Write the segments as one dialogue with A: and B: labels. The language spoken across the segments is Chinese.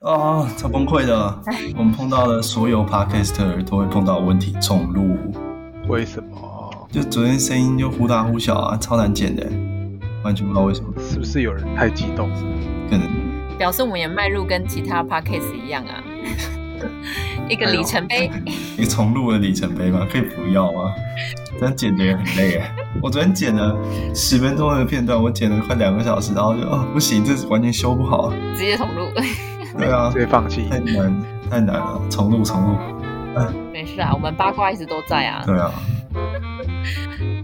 A: 啊，超崩溃的！我们碰到了所有 podcaster 都会碰到问题，重录。
B: 为什么？
A: 就昨天声音就忽大忽小啊，超难剪的，完全不知道为什么，
B: 是不是有人太激动？
A: 可能
C: 表示我们也迈入跟其他 podcast 一样啊， 一个里程
B: 哎
C: 碑。
A: 一个重录的里程碑嘛，可以不要吗？这样剪的也很累哎。我昨天剪了十分钟的片段，我剪了快两个小时，然后就哦不行，这完全修不好。
C: 直接同路，
A: 对啊
B: 直，接放弃
A: 太难太难了，重录重录。
C: 没事啊，我们八卦一直都在啊。
B: 嗯
A: 对啊，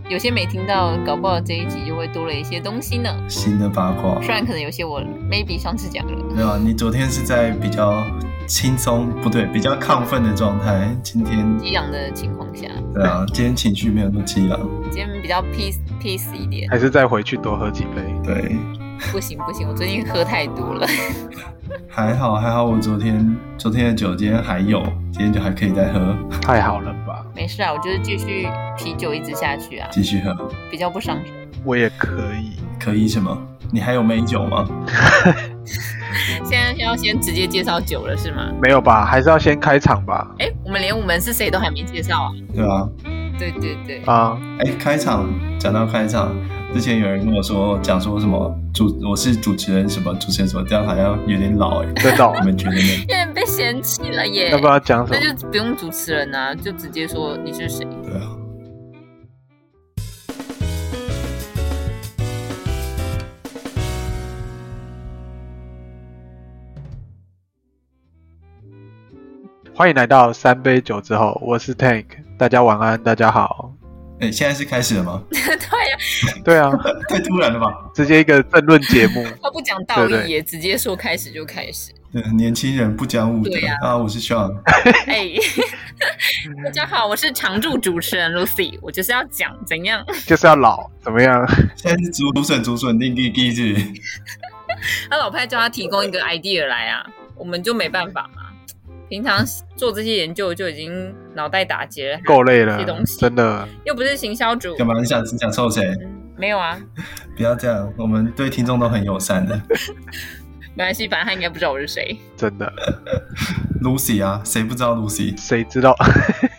C: 有些没听到，搞不好这一集就会多了一些东西呢。
A: 新的八卦。
C: 虽然可能有些我 maybe 上次讲了，
A: 没有啊，你昨天是在比较轻松，不对，比较亢奋的状态。今天
C: 激昂的情况下，
A: 对啊，今天情绪没有那么激昂。
C: 今天比较 peace peace 一点。
B: 还是再回去多喝几杯？
A: 对，
C: 不行不行，我最近喝太多了。
A: 还好还好，我昨天昨天的酒今天还有，今天就还可以再喝，
B: 太好了吧？
C: 没事啊，我就是继续啤酒一直下去啊，
A: 继续喝。
C: 比较不伤身。
B: 我也可以。
A: 可以什么？你还有美酒吗？
C: 现在要先直接介绍酒了是吗？
B: 没有吧？还是要先开场吧？
C: 哎，我们连我们是谁都还没介绍啊。
A: 对啊，
C: 对对对，
B: 啊，
A: 哎，开场讲到开场，之前有人跟我说讲说什么主我是主持人什么主持人什么，这样好像有点老哎、
B: 真的哦、
A: 我们觉得呢？
C: 有点被嫌弃了耶。
B: 那不知道讲什
C: 那
B: 么？
C: 就不用主持人啊，就直接说你是谁。
A: 对啊，
B: 欢迎来到三杯酒之后，我是 Tank，大家晚安，大家好。
A: 哎，现在是开始了吗？
C: 对呀、
B: 对啊，
A: 太突然了吧？
B: 直接一个政论节目，
C: 他不讲道
B: 对
C: 义
B: 对
C: 耶，直接说开始就开 始。
A: 对嗯年轻人不讲武德
C: 对啊
A: 啊！我是 Sean，
C: 哎，
B: 嗯
C: 大家好，我是常驻主持人 Lucy，我就是要讲怎样。
B: 就是要老怎么样？
A: 现在是竹竹笋竹笋定第第一次，
C: 他老派叫他提供一个 idea 来啊，我们就没办法嘛。平常做这些研究就已经脑袋打结了，
B: 够累
C: 这
B: 了
C: 些东，西
B: 真的。
C: 又不是行销主。
A: 干嘛？你想你想臭谁？
C: 嗯没有啊，
A: 不要这样，我们对听众都很友善的。
C: 没关系，反正他应该不知道我是谁。
B: 真的，
A: Lucy 啊，谁不知道 Lucy？
B: 谁知道？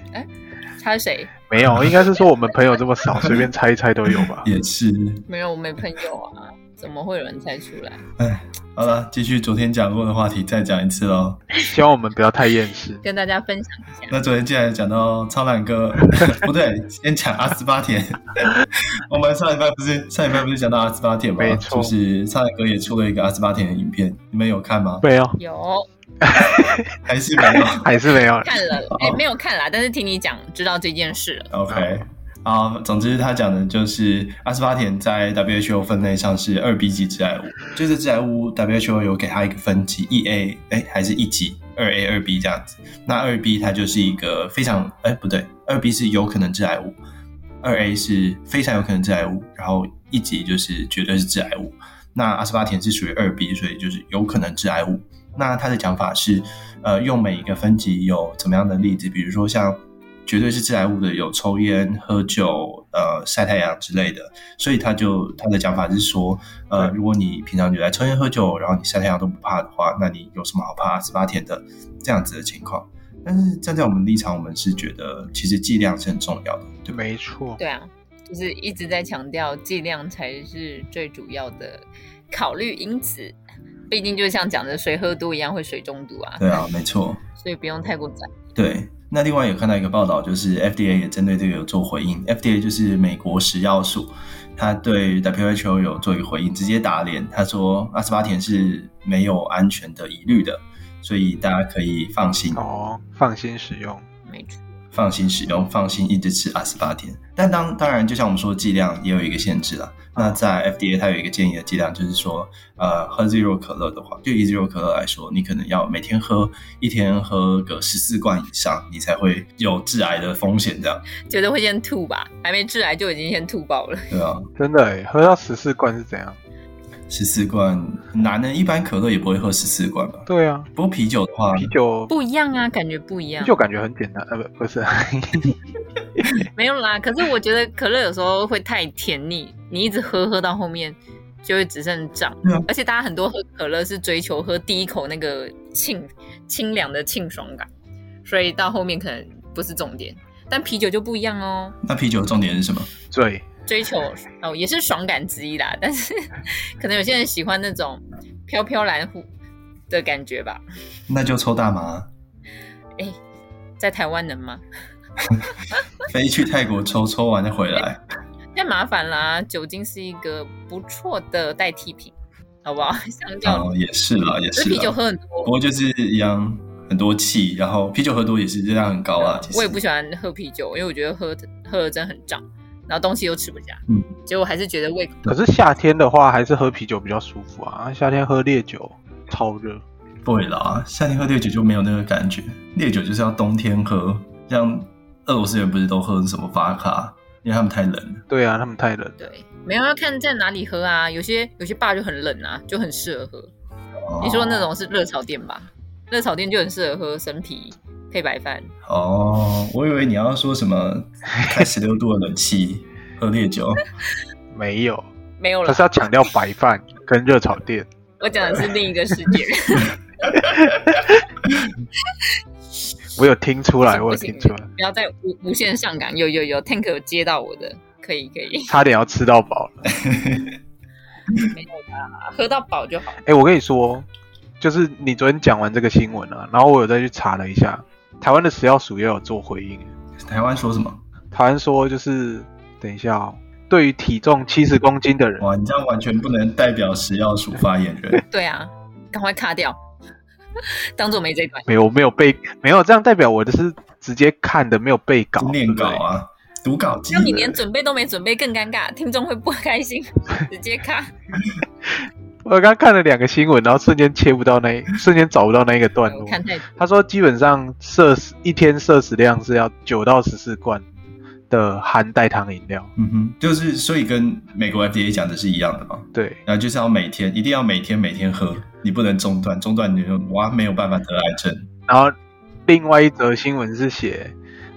C: 他是谁？
B: 没有，应该是说我们朋友这么少，随便猜一猜都有 吧。
A: 也是，
C: 没有，我没朋友啊，怎么会有人猜出来？
A: 哎，好了，继续昨天讲过的话题，再讲一次喽。
B: 希望我们不要太厌世。
C: 跟大家分享一下。
A: 那昨天既然讲到超懒哥， 不对，先讲阿斯巴甜。 我们上礼拜不是上礼拜不是讲到阿斯巴甜吗？
B: 没错
A: 就是超懒哥也出了一个阿斯巴甜的影片，你们有看吗？
B: 没有，
C: 有
A: 还是没有
B: 还是没有。
C: 看了，哎、没有看啦，但是听你讲，知道这件事了。
A: ？OK。啊，总之他讲的就是阿斯巴甜在 WHO 分类上是二 B 级致癌物，就是致癌物 WHO 有给它一个分级，一 A，哎，还是一级，二 A、二 B 这样子。那二 B 它就是一个非常，哎，不对，二 B 是有可能致癌物，二 A 是非常有可能致癌物，然后一级就是绝对是致癌物。那阿斯巴甜是属于二 B，所以就是有可能致癌物。那他的讲法是，呃，用每一个分级有怎么样的例子，比如说像绝对是致癌物的有抽烟、喝酒、呃晒太阳之类的，所以他就他的讲法是说，呃，如果你平常就在抽烟喝酒，然后你晒太阳都不怕的话，那你有什么好怕阿斯巴甜的这样子的情况？但是站在我们立场，我们是觉得其实剂量是很重要的，对吧？
B: 没错，
C: 对啊，就是一直在强调剂量才是最主要的考虑因子。毕竟就像讲的，水喝多一样会水中毒啊，
A: 对啊，没错。
C: 所以不用太过在意。
A: 对，那另外有看到一个报道，就是 FDA 也针对这个有做回应。FDA 就是美国食药署，他对 WHO 有做一个回应，直接打脸，他说阿斯巴甜是没有安全的疑虑的，所以大家可以放心
B: 哦，放心使用。
C: 没错，
A: 放心使用，放心一直吃阿斯巴甜。但当当然，就像我们说，剂量也有一个限制啦。那在 FDA 它有一个建议的剂量，就是说，呃，喝 zero 可乐的话，就以 zero 可乐来说，你可能要每天喝，一天喝个十四罐以上，你才会有致癌的风险，这样
C: 觉得会先吐吧，还没致癌就已经先吐爆了。
A: 对啊，
B: 真的诶，喝到十四罐是怎样？
A: 十四罐很难的，一般可乐也不会喝十四罐吧。
B: 对啊，
A: 不过啤酒的话，
B: 啤酒
C: 不一样啊，感觉不一样
B: 啤。酒感觉很简单，呃，不不 是，
C: 没有啦，可是我觉得可乐有时候会太甜腻，你一直喝喝到后面，就会只剩胀
A: 对啊。
C: 而且大家很多喝可乐是追求喝第一口那个清清凉的清爽感，所以到后面可能不是重点。但啤酒就不一样哦，
A: 那啤酒的重点是什么？
B: 醉，
C: 追求哦也是爽感之一啦。但是可能有些人喜欢那种飘飘然乎的感觉吧。
A: 那就抽大麻，啊
C: 哎，在台湾能吗？
A: 飞去泰国抽，抽完再回来。
C: 太麻烦啦，酒精是一个不错的代替品，好不好？相较
A: 哦，也是啦，也
C: 只
A: 是
C: 是啤酒
A: 啦。
C: 喝很
A: 不
C: 多，
A: 过就是一样很多气，然后啤酒喝多也是热量很高啊。其实
C: 我也不喜欢喝啤酒，因为我觉得喝喝了真的很胀，然后东西又吃不下，
A: 嗯
C: 结果还是觉得胃口
B: 可是夏天的话还是喝啤酒比较舒服啊，夏天喝烈酒超热。
A: 对啦，夏天喝烈酒就没有那个感觉，烈酒就是要冬天喝。像俄罗斯人不是都喝什么法卡，因为他们太冷了。
B: 对啊，他们太冷。
C: 对，没有要看在哪里喝啊，有些有些爸就很冷啊，就很适合喝。你说那种是热炒店吧？热炒店就很适合喝生啤配白饭，
A: 哦，我以为你要说什么开十六度的冷气喝烈酒，
B: 没有，
C: 没有
B: 可
C: 了
B: 是。要强调白饭跟热炒店。
C: 我讲的是另一个世 界，
B: 我有听 出来，我
C: 不
B: 有
C: 行
B: 听出来，
C: 不要再无无限上纲。有有有，Tank 有接到我的，可以可以，
B: 差点要吃到饱了。
C: 没有啦，喝到饱就好。
B: 哎、我跟你说，就是你昨天讲完这个新闻啊，然后我有再去查了一下，台湾的食药署也有做回应。
A: 台湾说什么？
B: 台湾说就是，等一下哦，对于体重七十公斤的人，
A: 哇，你这样完全不能代表食药署发言人。
C: 对啊，赶快卡掉， 当做没这一段。
B: 没有我没有被没有这样代表我的是直接看的，没有被稿，
A: 念稿
B: 对不对
A: 啊，读稿机
C: 那。你连准备都没准备，更尴尬，听众会不开心，直接卡。
B: 我刚看了两个新闻，然后瞬间切不到 那一，瞬间找不到那一个段
C: 我
B: 落。
C: 看太
B: 他说，基本上摄食一天摄食量是要九到十四罐的含代糖饮料。
A: 嗯哼，就是所以跟美国 FDA 讲的是一样的嘛，
B: 对，
A: 然后就是要每天，一定要每天每天喝，你不能中断，中断你就哇没有办法得癌症。
B: 然后另外一则新闻是写，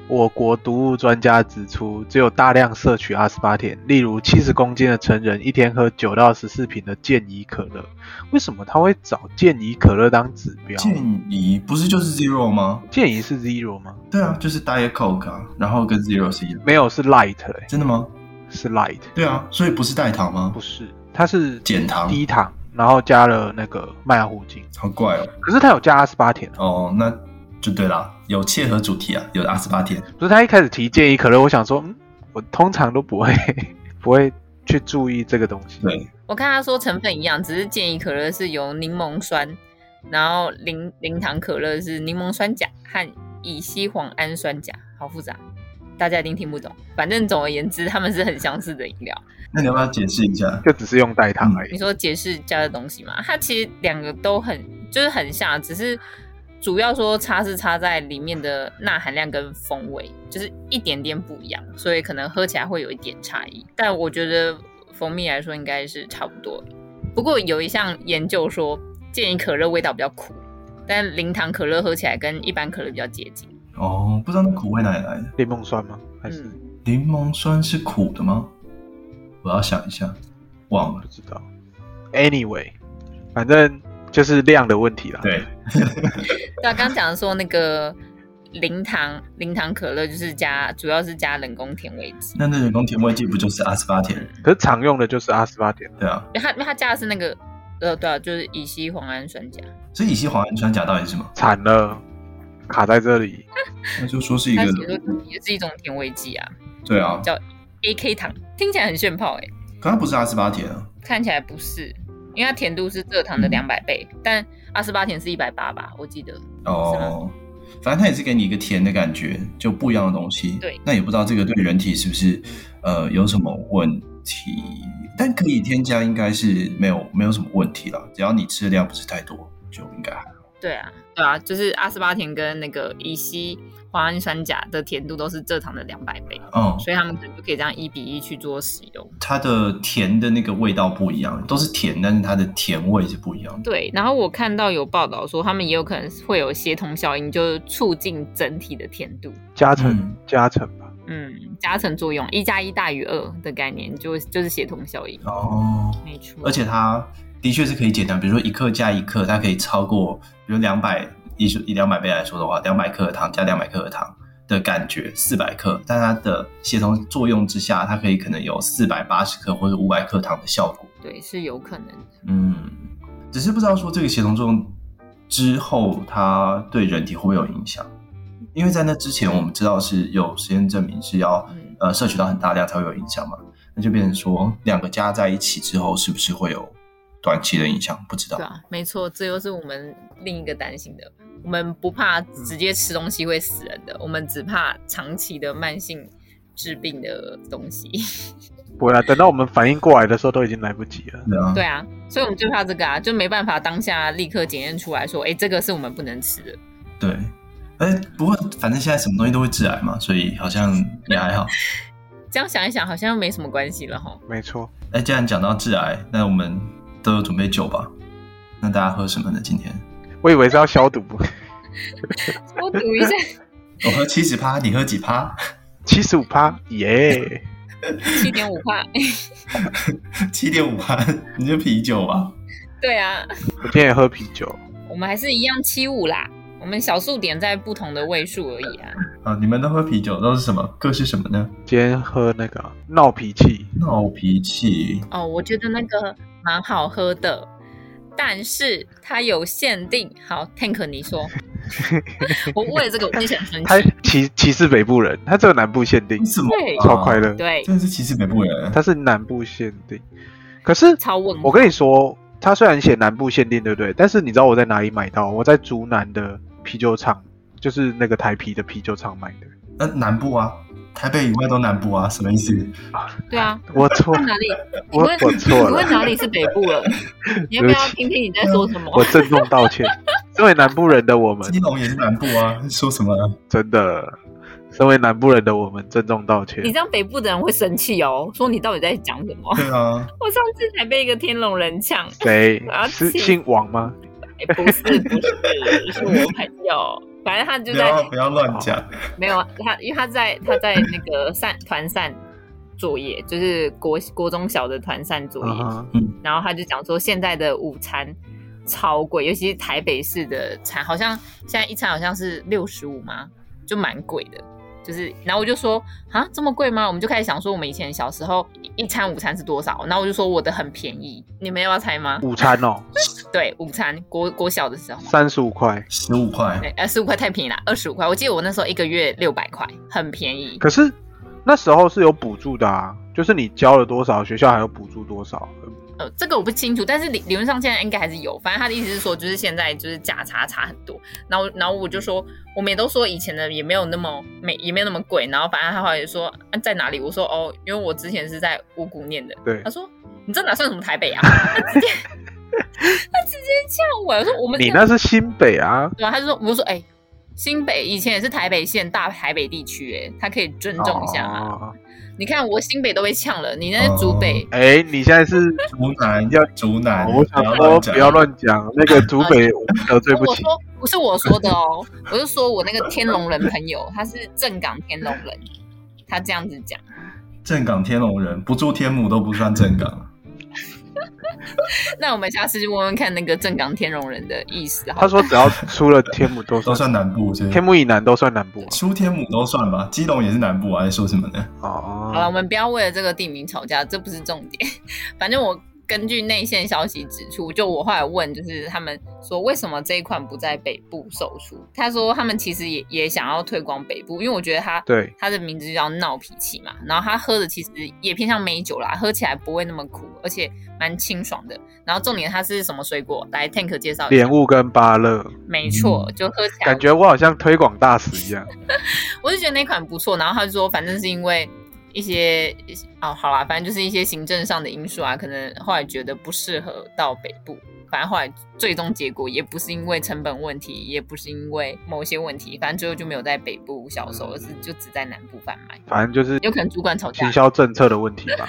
B: 我国毒物专家指出，只有大量摄取阿斯巴甜，例如七十公斤的成人一天喝九到十四瓶的健怡可乐，为什么他会找健怡可乐当指标？
A: 建议不是就是 zero 吗？
B: 健怡是 zero 吗？
A: 对啊，就是 diet coke 啊，然后跟 zero 是一样，
B: 没有，是 light，、欸、
A: 真的吗？
B: 是 light，
A: 对啊，所以不是代糖吗
B: 不？是，它是
A: 减糖
B: 低糖，然后加了那个麦芽糊精，
A: 好怪哦。
B: 可是它有加阿斯巴甜啊。
A: 哦，那就对啦，有切合主题啊，有阿斯巴甜。
B: 不是他一开始提建议可乐，我想说，嗯，我通常都不会 不会去注意这个东西。
A: 对，
C: 我看他说成分一样，只是建议可乐是由柠檬酸，然后零零糖可乐是柠檬酸钾和乙烯磺胺酸钾，好复杂，大家一定听不懂。反正总而言之，它们是很相似的饮料。
A: 那你要不要解释一下？
B: 就只是用代糖而已
C: 你。说解释加的东西嘛，它其实两个都很就是很像，只是主要说差是差在里面的钠含量跟风味，就是一点点不一样，所以可能喝起来会有一点差异。但我觉得蜂蜜来说应该是差不多。不过有一项研究说，建议可乐味道比较苦，但零糖可乐喝起来跟一般可乐比较接近。
A: 哦，不知道那苦味哪里来的？
B: 柠檬酸吗？还是、
C: 嗯，
A: 柠檬酸是苦的吗？我要想一下，忘了
B: 不。知道？Anyway，反正就是量的问题啦。，
A: 对，
C: 对啊，刚刚讲说那个零糖零糖可乐就是加主要是加人工甜味剂。
A: 那那人工甜味剂不就是阿斯巴甜？
B: 可是常用的就是阿斯巴甜，
A: 对啊，
C: 因为它因为它加的是那个，呃，对啊，就是乙烯磺胺酸钾，
A: 所以乙烯磺胺酸钾到底是什么？
B: 惨了，卡在这里。
A: 那就说是一
C: 它
A: 个
C: 其实也是一种甜味剂啊
A: 对啊，
C: 叫，AK 糖，听起来很炫炮哎、
A: 可它不是阿斯巴甜啊。
C: 看起来不是，因为它甜度是蔗糖的
A: 嗯
C: 两百倍，但阿斯巴甜是一百八吧，我记得。
A: 哦，反正它也是给你一个甜的感觉，就不一样的东西。
C: 啊对
A: 那也不知道这个对人体是不是呃有什么问题，但可以添加应该是没有没有什么问题啦，只要你吃的量不是太多，就应该还好。
C: 对啊，对啊，就是阿斯巴甜跟那个乙烯磺胺酸钾的甜度都是蔗糖的两百倍，
A: 嗯，
C: 所以他们可能就可以这样一比一去做使用。
A: 它的甜的那个味道不一样，都是甜，但是它的甜味是不一样的。
C: 对，然后我看到有报道说，他们也有可能会有协同效应，就是促进整体的甜度。
B: 加成、
A: 嗯
B: 加成吧，
C: 嗯，加成作用，一加一大于二的概念，就就是协同效应，
A: 哦，
C: 没错。
A: 而且它的确是可以减量，比如说一克加一克，它可以超过，比如两百以以两百倍来说的话，两百克的糖加两百克的糖的感觉，四百克，但它的协同作用之下，它可以可能有四百八十克或者五百克糖的效果。
C: 对是有可能的。
A: 嗯，只是不知道说这个协同作用之后，它对人体会不会有影响？因为在那之前，我们知道是有实验证明是要
C: 嗯
A: 呃摄取到很大量才会有影响嘛，那就变成说两个加在一起之后，是不是会有短期的影响？不知道
C: 对。啊，没错，这又是我们另一个担心的。我们不
A: 嗯
C: 怕直接吃东西会死人的，我们只怕长期的慢性治病的东西。
B: 不会啊，等到我们反应过来的时候，都已经来不及了。
A: 对啊，
C: 对啊，所以我们就怕这个啊，就没办法当下立刻检验出来说，哎，这个是我们不能吃的。
A: 对。哎，不过反正现在什么东西都会致癌嘛，所以好像也还好。
C: 这样想一想，好像又没什么关系了哈。
B: 没错，
A: 哎，既然讲到致癌，那我们都有准备酒吧？那大家喝什么呢？今天
B: 我以为是要消毒，
C: 我赌一下，
A: 我喝七十趴，你喝几趴？
B: 七十五趴，耶！
C: 七点五块。
A: 七点五趴，你就啤酒吧。
C: 对啊，
B: 我今天也喝啤酒，
C: 我们还是一样七五啦，我们小数点在不同的位数而已啊。
A: 啊，你们都喝啤酒，都是什么？各是什么呢？
B: 今天喝那个闹脾气，
A: 闹脾气，
C: 哦，我觉得那个蛮好喝的，但是它有限定。好，Tank，你 说，我为了这个我会很生
B: 他
C: 气。
B: 歧歧视北部人，他只有南部限定
A: 为，什么
C: 对
A: 啊？
B: 超快乐，
C: 对，
A: 真的是歧视北部人。
B: 他是南部限定。可是
C: 超问
B: 我跟你说，他虽然写南部限定，对不对？但是你知道我在哪里买到？我在竹南的啤酒厂，就是那个台啤的啤酒厂买的。
A: 那、南部啊，台北以外都南部啊，什么意思？
C: 对啊，
B: 我错
C: 问，哪里？你
B: 我
C: 问
B: 我
C: 你
B: 错了
C: 问，哪里是北部 了？你要不要听听你在说什么？
B: 我郑重道 歉。身为南部人的我们，
A: 基隆也是南部啊，说什么啊、
B: 真的，身为南部人的我们郑重道歉
C: 你。这样北部的人会生气哦，说你到底在讲什么？
A: 对啊，
C: 我上次才被一个天龙人呛，
B: 谁
C: 我要
B: 是
C: 气
B: 姓王吗？
C: 哎不是不是，是我朋友，反正他就
A: 不
C: 在
A: 要不要乱讲。
C: 没有啊他，因为他在他在那个散团散作业，就是国国中小的团散作业。
B: 嗯哼，
C: 然后他就讲说，现在的午餐超贵，尤其是台北市的餐，好像现在一餐好像是六十五嘛，就蛮贵的。就是，然后我就说啊，这么贵吗？我们就开始想说，我们以前小时候一一餐午餐是多少？然后我就说我的很便宜，你们要不要猜吗？
B: 午餐哦，
C: 对，午餐国国小的时候，
B: 三十五块。
A: 十五块，
C: 对，二呃十五块太便宜了，二十五块。我记得我那时候一个月六百块，很便宜。
B: 可是那时候是有补助的啊，就是你交了多少，学校还有补助多少。
C: 呃，这个我不清楚，但是理理论上现在应该还是有。反正他的意思是说，就是现在就是价差差很多。然后，然后我就说，我们也都说以前的也没有那么没也没有那么贵。然后反正他后来也说、啊、在哪里，我说哦，因为我之前是在五谷念的。
B: 对
C: 他，说你这哪算什么台北啊？他 直接他直接呛我，我说我们
B: 你
C: 这
B: 那是新北啊，
C: 对啊，他就说我就说哎、新北以前也是台北县大台北地区，哎，他可以尊重一下啊嘛。
B: 哦
C: 你看我新北都被呛了，你那是竹北。
B: 哎、你现在是
A: 竹南
B: 要哦
A: 竹南，
B: 我想
A: 哎不
B: 说
A: 乱
B: 不要
A: 讲。
B: 乱讲，那个竹北我们得罪不
C: 哦我
B: 起。
C: 说不是我说的哦，我是说我那个天龙人朋友，他是正港天龙人，他这样子讲，
A: 正港天龙人不住天母都不算正
B: 嗯
A: 港，
C: 那我们下次就问问看那个正港天龙人的意思好
B: 他
C: 了。
B: 说只要出了天母都
A: 都
B: 算
A: 算南部是不
B: 天
A: 是。
B: 母以南都算南部
A: 出天母都算吧，基隆也是南部啊，还说什么呢？
B: 啊。哦，
C: 好了，我们不要为了这个地名吵架，这不是重点。反正我根据内线消息指出，就我后来问，就是他们说为什么这一款不在北部售出？他说他们其实也也想要推广北部，因为我觉得他
B: 对，
C: 它的名字就叫闹脾气嘛，然后它喝的其实也偏向美酒啦，喝起来不会那么苦，而且蛮清爽的。然后重点它是什么水果？来 Tank 介绍一下
B: 莲。雾跟芭乐，
C: 没错，就喝起来，
B: 感觉我好像推广大使一样。
C: 我就觉得那款不错。然后他就说，反正是因为一些哦，好啦，反正就是一些行政上的因素啊，可能后来觉得不适合到北部。反正后来最终结果也不是因为成本问题，也不是因为某些问题，反正最后就没有在北部销售，而是就只在南部贩卖。
B: 嗯反正就是
C: 有可能主管吵架
B: 行销政策的问题吧。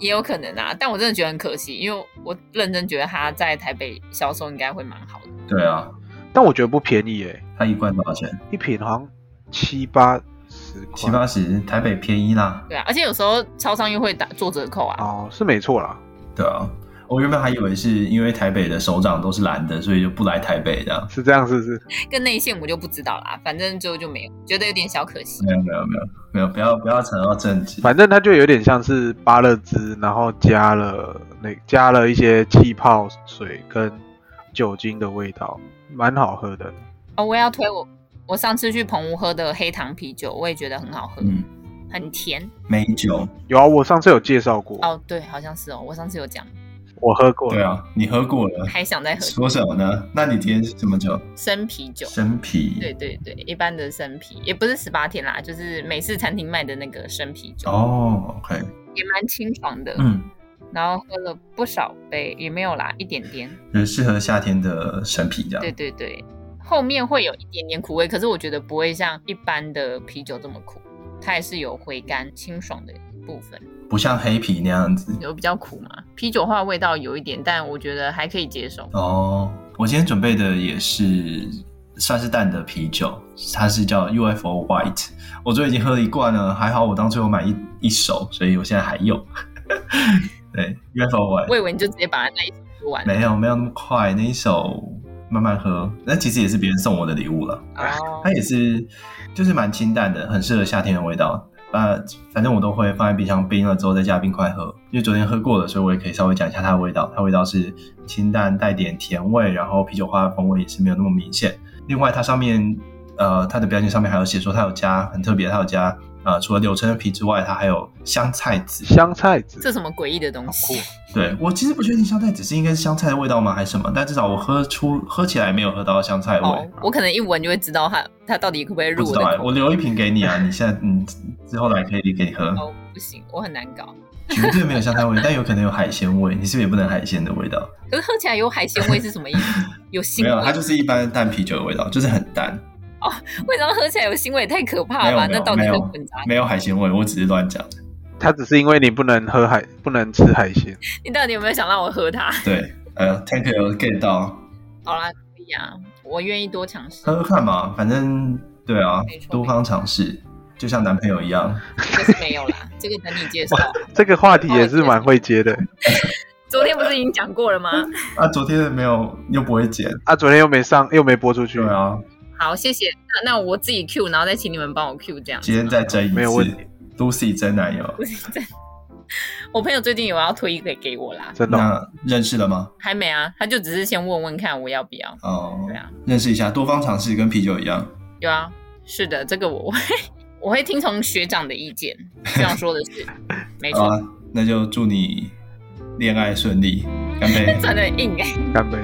C: 也有可能啊，但我真的觉得很可惜，因为我认真觉得它在台北销售应该会蛮好的。
A: 对啊，
B: 但我觉得不便宜诶、
A: 它一罐多少钱？
B: 一瓶好像七八十
A: 七
B: 块
A: 八十，台北便宜啦，
C: 对啊，而且有时候超商又会打做折扣啊。
B: 哦，是没错啦。
A: 对啊。我原本还以为是因为台北的首长都是蓝的，所以就不来台北这样。
B: 是这样，是不是？
C: 跟内线我就不知道啦，反正最后就没有，觉得有点小可惜。
A: 没有没有没有没有，不要不要扯到政治。
B: 反正它就有点像是芭乐汁，然后加了呃那加了一些气泡水跟酒精的味道，蛮好喝的。
C: 哦，我也要推我我上次去澎湖喝的黑糖啤酒，我也觉得很好喝，
A: 嗯，
C: 很甜。
A: 美酒，
B: 有啊，我上次有介绍过，
C: 哦，对，好像是哦，我上次有讲，
B: 我喝过
A: 对啊，你喝过了，
C: 还想再喝
A: 说什么呢？那你今天是什么酒？
C: 生啤酒。
A: 生啤。
C: 对对对，一般的生啤也不是十八天啦，就是美式餐厅卖的那个生啤酒，
A: 哦，OK，
C: 也蛮清爽的。
A: 嗯，
C: 然后喝了不少杯，也没有啦，一点点。
A: 嗯就是适合夏天的生啤这样。
C: 对对对，后面会有一点点苦味，可是我觉得不会像一般的啤酒这么苦，它也是有回甘清爽的部分。
A: 不像黑啤那样子。
C: 有比较苦嘛？啤酒花的味道有一点，但我觉得还可以接受。
A: 哦，我今天准备的也是算是淡的啤酒，它是叫 UFO White。我昨天已经喝了一罐了，还好我当初有买一一手，所以我现在还有。 对，UFO White
C: 我以为你就直接把它那一瓶喝完。
A: 没有没有那么快，那一手慢慢喝。那其实也是别人送我的礼物了，
C: 哦
A: 它，也是就是蛮清淡的，很适合夏天的味道。呃，反正我都会放在冰箱冰了之后再加冰块喝，因为昨天喝过了，所以我也可以稍微讲一下它的味道。它味道是清淡带点甜味，然后啤酒花的风味也是没有那么明显。另外，它上面呃它的标签上面还有写说它有加很特别，它有加呃除了柳橙皮之外，它还有香菜籽。
B: 香菜籽，
C: 这什么诡异的东西？
A: 对我其实不确定香菜籽是应该是香菜的味道吗，还是什么？但至少我喝出喝起来没有喝到香菜味。
C: 哦，我可能一闻就会知道它它到底可不可以
A: 不
C: 入
A: 知
C: 我
A: 道
C: 的
A: 哎、
C: 口。
A: 我留一瓶给你啊，你现在嗯之后来可以给你喝。
C: 哦，不行，我很难搞。
A: 绝对没有香菜味，但有可能有海鲜味。你是不是也不能海鲜的味道？
C: 可是喝起来有海鲜味是什么意思？有腥
A: 没有，啊它
C: 味？
A: 就是一般淡啤酒的味道，就是很淡，
C: 为什么喝起来有腥味？也太可怕了吧！
A: 没有
C: 那到底
A: 没
C: 是
A: 有
C: 混杂？
A: 没有海鲜味。我只是乱讲。
B: 它只是因为你不能喝海，不能吃海鲜。
C: 你到底有没有想让我喝它？
A: 对，呃，Tank 有 get 到，
C: 好啦，可以啊，我愿意多 尝试。
A: 喝喝看嘛，反正对啊
C: 没，错
A: 多方尝试，就像男朋友一样。
C: 这是没有啦，这个等你介 绍。
B: 这个话题也是蛮会接的
C: 昨天不是已经讲过了吗？
A: 啊，昨天的没有，又不会剪。
B: 啊，昨天又没上，又没播出去
A: 对，啊，
C: 好，谢谢。那那我自己 Q，然后再请你们帮我 Q 这样子。
A: 今天再争一次。
B: 没有问题
A: Lucy 真男友，
C: 不是真的。我朋友最近有要推一个给我啦，
B: 真的哦。
A: 那认识了吗？
C: 还没啊，他就只是先问问看我要不要。
A: 哦
C: 对，啊，
A: 认识一下，多方尝试跟啤酒一样。
C: 有啊，是的，这个我 会我会听从学长的意 见，学长说的是没
A: 好
C: 错，。
A: 啊，那就祝你恋爱顺利，干杯
C: 真的硬哎、
B: 干杯！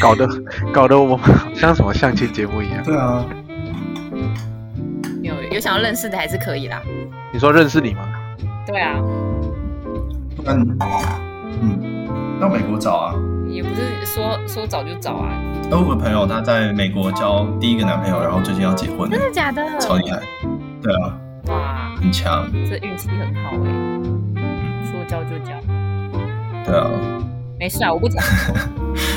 B: 搞得 搞得我们好像什么相亲节目一样。
A: 对啊。
C: 有有想要认识的还是可以啦。
B: 你说认识你吗？
C: 对啊，
A: 但嗯，到美国找啊。
C: 也不是说说找就找啊，
A: 我有个朋友，她在美国交第一个男朋友，然后最近要结婚了
C: 真，的假的？
A: 超厉害。对啊，
C: 哇，
A: 很强。
C: 这运气很好哎、说交就交，
A: 对啊，
C: 没事啊，我不讲。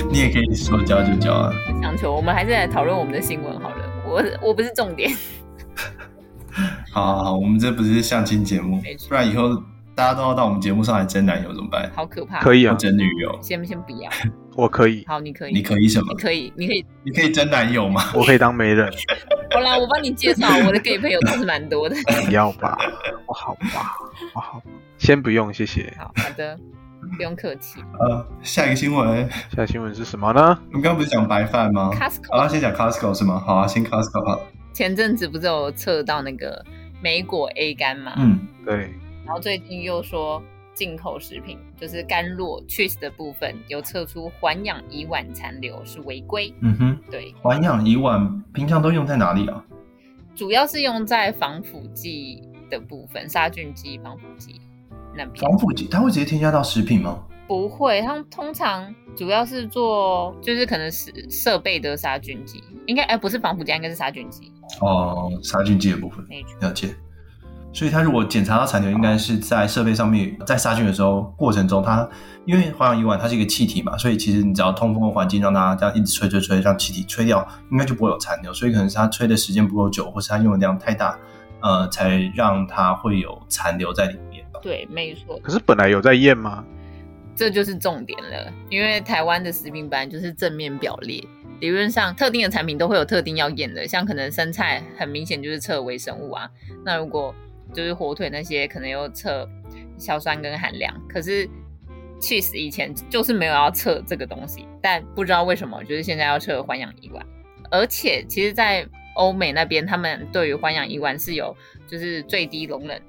A: 你也可以说交就交啊。
C: 强求，我们还是来讨论我们的新闻好了。我我不是重点，
A: 好好好，我们这不是相亲节目
C: 没，错
A: 不然以后大家都要到我们节目上来争男友怎么办？
C: 好可怕。
B: 可
C: 以，
B: 以
A: 要
B: 啊，
A: 争女友，
C: 先先不要。
B: 我可以，
C: 好，你可以，
A: 你可以什么
C: 你？可以，你可以。
A: 你可以争男友吗？
B: 我可以当媒人，
C: 好啦，我帮你介绍，我的 gay 朋友倒是蛮多的。
B: 不要吧？我好吧，我好吧，先不用，谢谢。
C: 好好的，不用客气。
A: 呃，下一个新闻，
B: 下新闻是什么呢？
A: 我们刚刚不是讲白饭吗
C: Costco
A: 好啊，先讲 Costco 是吗？好啊，先 Costco 好了。
C: 前阵子不是有测到那个莓果 A 肝嘛，
A: 嗯，
B: 对，
C: 然后最近又说进口食品就是甘酪 cheese 的部分有测出环氧乙烷残留是违规。
A: 嗯哼，
C: 对，
A: 环氧乙烷平常都用在哪里啊？
C: 主要是用在防腐剂的部分，杀菌剂、防腐剂那边。
A: 防腐剂它会直接添加到食品吗？
C: 不会，他们通常主要是做就是可能是设备的杀菌剂，应该哎、不是防腐剂，应该是杀菌剂。
A: 哦，杀菌剂的部分
C: 没错，
A: 了解。所以它如果检查到残留，应该是在设备上面在杀菌的时候过程中，它因为环氧乙烷它是一个气体嘛，所以其实你只要通风的环境让它这样一直吹吹吹，让气体吹掉，应该就不会有残留。所以可能是它吹的时间不够久，或是它用的量太大，呃，才让它会有残留在里面吧。
C: 对，没错，
B: 可是本来有在验吗？
C: 这就是重点了。因为台湾的食品版就是正面表列，理论上特定的产品都会有特定要验的，像可能生菜很明显就是测微生物啊，那如果就是火腿那些可能又测硝酸跟含量，可是 cheese 以前就是没有要测这个东西，但不知道为什么就是现在要测环氧乙烷，而且其实，在欧美那边他们对于环氧乙烷是有就是最低容忍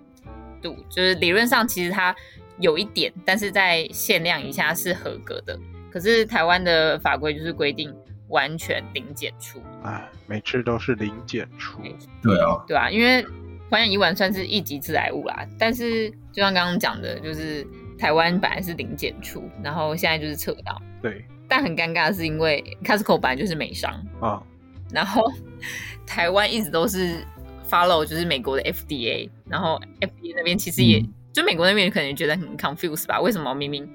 C: 度，就是理论上其实它有一点，但是在限量以下是合格的，可是台湾的法规就是规定完全零检出，
B: 哎，每次都是零检出，
A: 对啊，
C: 对啊，因为环氧乙烷算是一级致癌物啦，但是就像刚刚讲的，就是台湾本来是零检出，然后现在就是撤到，
B: 对
C: 但很尴尬的是因为 Costco 本来就是美商，
B: 啊，
C: 然后台湾一直都是 follow 就是美国的 FDA，然后 FDA 那边其实也、
A: 嗯
C: 就美国那边可能觉得很 confused 吧，为什么明明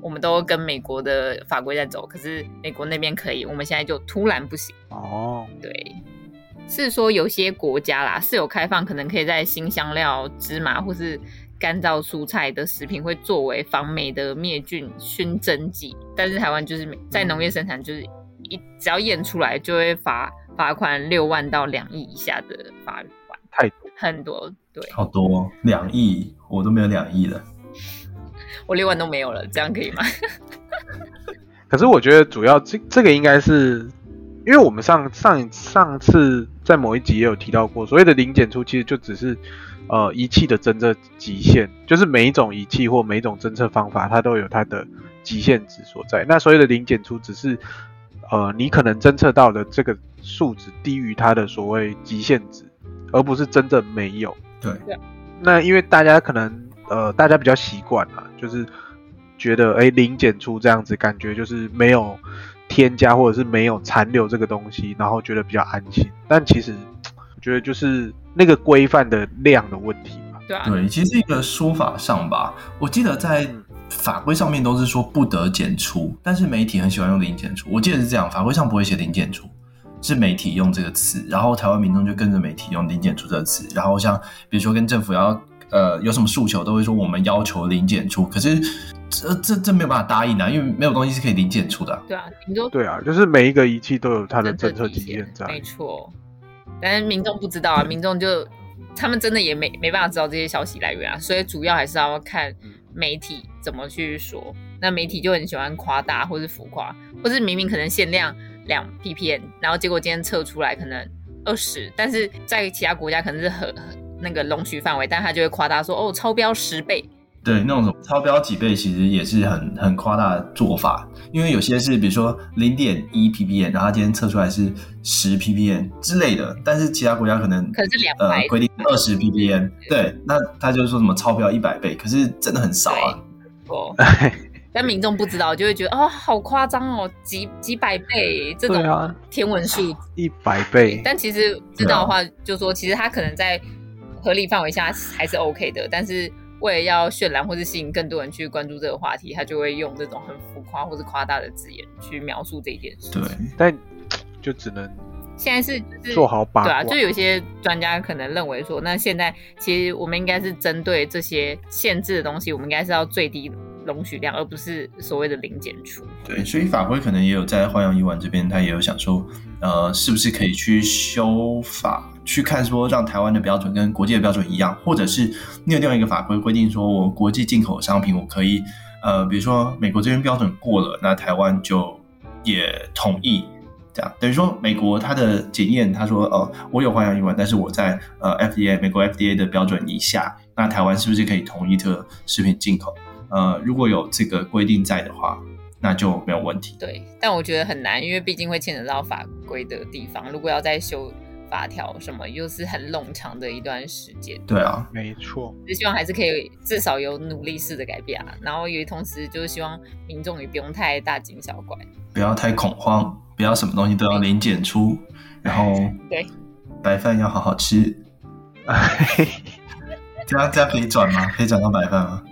C: 我们都跟美国的法规在走，可是美国那边可以，我们现在就突然不行。
B: 哦，
C: 对，是说有些国家啦是有开放，可能可以在新香料、芝麻或是干燥蔬菜的食品会作为防霉的灭菌熏蒸剂，但是台湾就是没在农业生产就是一只要验出来就会罚罚款六万到两亿以下的罚款，
B: 太多，
C: 很多。对
A: 好多哦两亿，我都没有两亿了。
C: 我六万都没有了，这样可以吗？
B: 可是我觉得主要这这个应该是，因为我们上上上次在某一集也有提到过，所谓的零检出其实就只是呃仪器的侦测极限，就是每一种仪器或每一种侦测方法，它都有它的极限值所在。那所谓的零检出只是呃你可能侦测到的这个数值低于它的所谓极限值，而不是真的没有。
A: 对
C: 对。
B: 那因为大家可能呃，大家比较习惯啊，就是觉得哎零检出这样子，感觉就是没有添加或者是没有残留这个东西，然后觉得比较安心。但其实我觉得就是那个规范的量的问题嘛。
C: 对啊，
A: 对，其实一个说法上吧，我记得在法规上面都是说不得检出，但是媒体很喜欢用零检出。我记得是这样，法规上不会写零检出，是媒体用这个词，然后台湾民众就跟着媒体用零检出这个词，然后像比如说跟政府要呃有什么诉求，都会说我们要求零检出，可是这这这没有办法答应啊，因为没有东西是可以零检出的啊、
C: 对啊，你说
B: 对啊，就是每一个仪器都有它的
C: 政
B: 政
C: 策
B: 策
C: 极
B: 极
C: 限
B: 限
C: 没
B: 在。
C: 错。但是民众不知道啊，民众就他们真的也没没办法知道这些消息来源啊，所以主要还是要看
B: 嗯
C: 媒体怎么去说。那媒体就很喜欢夸大或是浮夸，或是明明可能限量两 ppm，然后结果今天测出来可能二十，但是在其他国家可能是很那个容许范围，但他就会夸大说哦超标十倍，
A: 对，那种什么超标几倍，其实也是很很夸大的做法，因为有些是比如说零点一 ppm，然后它今天测出来是十 ppm 之类的，但是其他国家可能
C: 可能是两
A: 呃
C: 百、
A: 规定二十 ppm，对，那他就说什么超标一百倍，可是真的很少啊。
C: 哦。但民众不知道，就会觉得哦，好夸张哦，几几百倍这种
B: 对啊
C: 天文数
B: 一百倍，
C: 但其实知道的话，
B: 啊
C: 就说其实他可能在合理范围下还是 OK 的，但是为了要渲染或是吸引更多人去关注这个话题，他就会用这种很浮夸或是夸大的字眼去描述这件事。
A: 对，，
B: 但就只能
C: 现在是就是
B: 做好把
C: 对啊，
B: 关。
C: 就有些专家可能认为说，那现在其实我们应该是针对这些限制的东西，我们应该是要最低容许量，而不是所谓的零检出。
A: 对，所以法规可能也有在花样一晚这边，他也有想说，呃，是不是可以去修法，去看说让台湾的标准跟国际的标准一样，或者是你有另外一个法规规定说，我国际进口商品我可以，呃，比如说美国这边标准过了，那台湾就也同意。这样等于说，美国它的检验，他说，哦，我有环氧乙烷，但是我在呃 FDA 美国 FDA 的标准以下，那台湾是不是可以同意这个食品进口？呃，如果有这个规定在的话，那就没有问题。
C: 对，但我觉得很难，因为毕竟会牵扯到法规的地方，如果要再修法条什么，又是很冗长的一段时间。
A: 对啊，
B: 没错，
C: 就希望还是可以至少有努力式的改变啊，然后也同时就是希望民众也不用太大惊小怪。
A: 不要太恐慌，不要什么东西都要零检出，然后
C: 对，
A: 白饭要好好吃。这样这样可以转吗？可以转到白饭吗？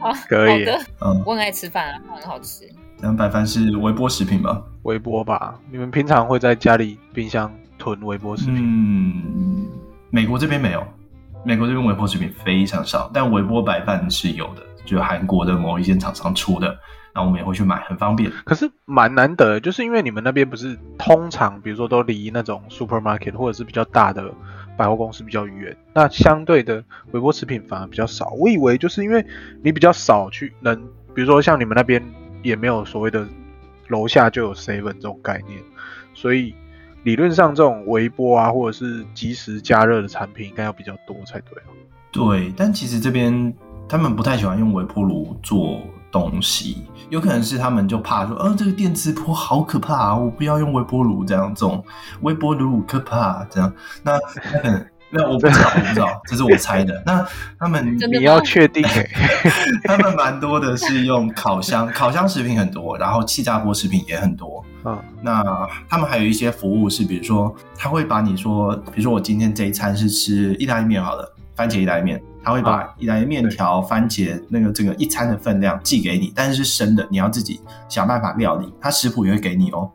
C: 好，
B: 可以
C: 好的，
A: 嗯，
C: 我很爱吃饭啊，很好吃。
A: 这样白饭是微波食品吧？
B: 微波吧。你们平常会在家里冰箱囤微波食品？
A: 嗯，美国这边没有，美国这边微波食品非常少，但微波白饭是有的，就是韩国的某一些厂商出的，然后我们也会去买，很方便。
B: 可是蛮难得的，就是因为你们那边不是通常，比如说都离那种 supermarket 或者是比较大的百货公司比较远，那相对的微波食品反而比较少。我以为就是因为你比较少去能，比如说像你们那边也没有所谓的楼下就有 seven 这种概念，所以理论上这种微波啊或者是即时加热的产品应该要比较多才对啊。
A: 对，但其实这边他们不太喜欢用微波炉做东西，有可能是他们就怕说，呃，这个电磁波好可怕啊，我不要用微波炉这样，这种微波炉可怕这样。那那可能那我不知道，我不知道，这是我猜的。那他们
C: 真的
B: 你要确定、欸，
A: 他们蛮多的是用烤箱，烤箱食品很多，然后气炸锅食品也很多。
B: 嗯，
A: 那他们还有一些服务是，比如说他会把你说，比如说我今天这一餐是吃意大利面好了，番茄意大利面，他会把
B: 啊
A: 意大利面条、番茄那个整个一餐的分量寄给你，但是是生的，你要自己想办法料理。他食谱也会给你哦，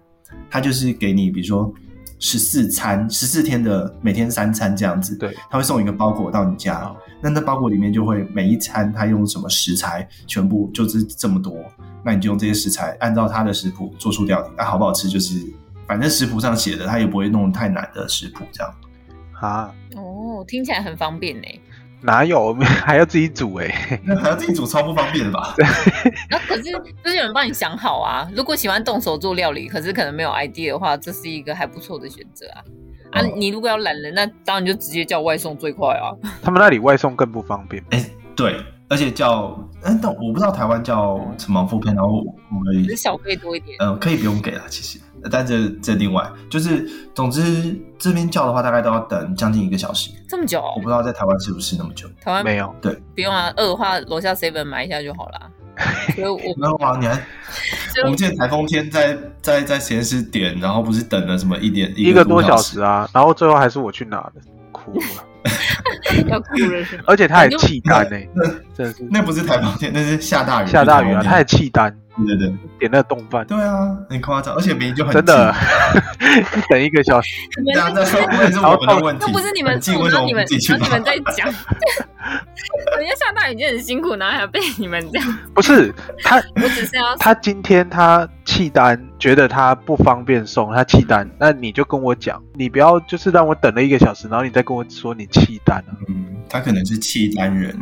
A: 他就是给你比如说十四餐、十四天的每天三餐这样子，
B: 对，
A: 他会送一个包裹到你家。
B: 啊
A: 那那包裹里面就会每一餐它用什么食材，全部就是这么多。那你就用这些食材，按照它的食谱做出料理，那、好不好吃就是，反正食谱上写的，它也不会弄太难的食谱这样。
B: 啊，
C: 哦，听起来很方便呢。
B: 哪有我们还要自己煮哎、
A: 那还要自己煮，超不方便的吧？
C: 那、可是就是有人帮你想好啊。如果喜欢动手做料理，可是可能没有 idea 的话，这是一个还不错的选择啊。啊，
A: 嗯
C: 你如果要懒人，那当然就直接叫外送最快啊。
B: 他们那里外送更不方便。
A: 对，而且叫，嗯，但我不知道台湾叫什么副片，然后我们
C: 只是小费多一点。
A: 嗯，可以不用给了，其实，但这这另外就是，总之这边叫的话，大概都要等将近一个小时，
C: 这么久、
A: 我不知道在台湾是不是那么久。
C: 台湾
B: 没有，
C: 不用啊，饿的话楼下 seven 买一下就好 啦。所以我
A: 没有啊，你还我们
C: 就
A: 之前台风天在在在实验室点，然后不是等了什么一点
B: 一个多
A: 小
B: 小时啊，然后最后还是我去拿的，哭了，
C: 要哭了是 吗？
B: 而且他还弃单呢、真的是
A: 那不是台风天，那是下大雨。
B: 下大雨啊，
A: 不是
B: 他
A: 台
B: 还
A: 风
B: 弃单，
A: 天对对对
B: 点那个冻饭，
A: 对啊，很夸张，而且明明就很
B: 真的
A: 近，
B: 等 一个小时，
C: 你
A: 对啊，
C: 们
A: 那是我也是我们的问题，
C: 那不是你们
A: 很近
C: 住，
A: 为
C: 然
A: 什
C: 后
A: 么
C: 你
A: 我
C: 们
A: 们自己去
C: 然后
A: 吧
C: 你？们在讲， 人家下大雨就很辛苦，然后还要被你们这样。
B: 不是他
C: 我只 是要
B: 他今天他弃单，觉得他不方便送，他弃单，那你就跟我讲，你不要就是让我等了一个小时，然后你再跟我说你弃单啊。
A: 嗯，他可能是契丹人。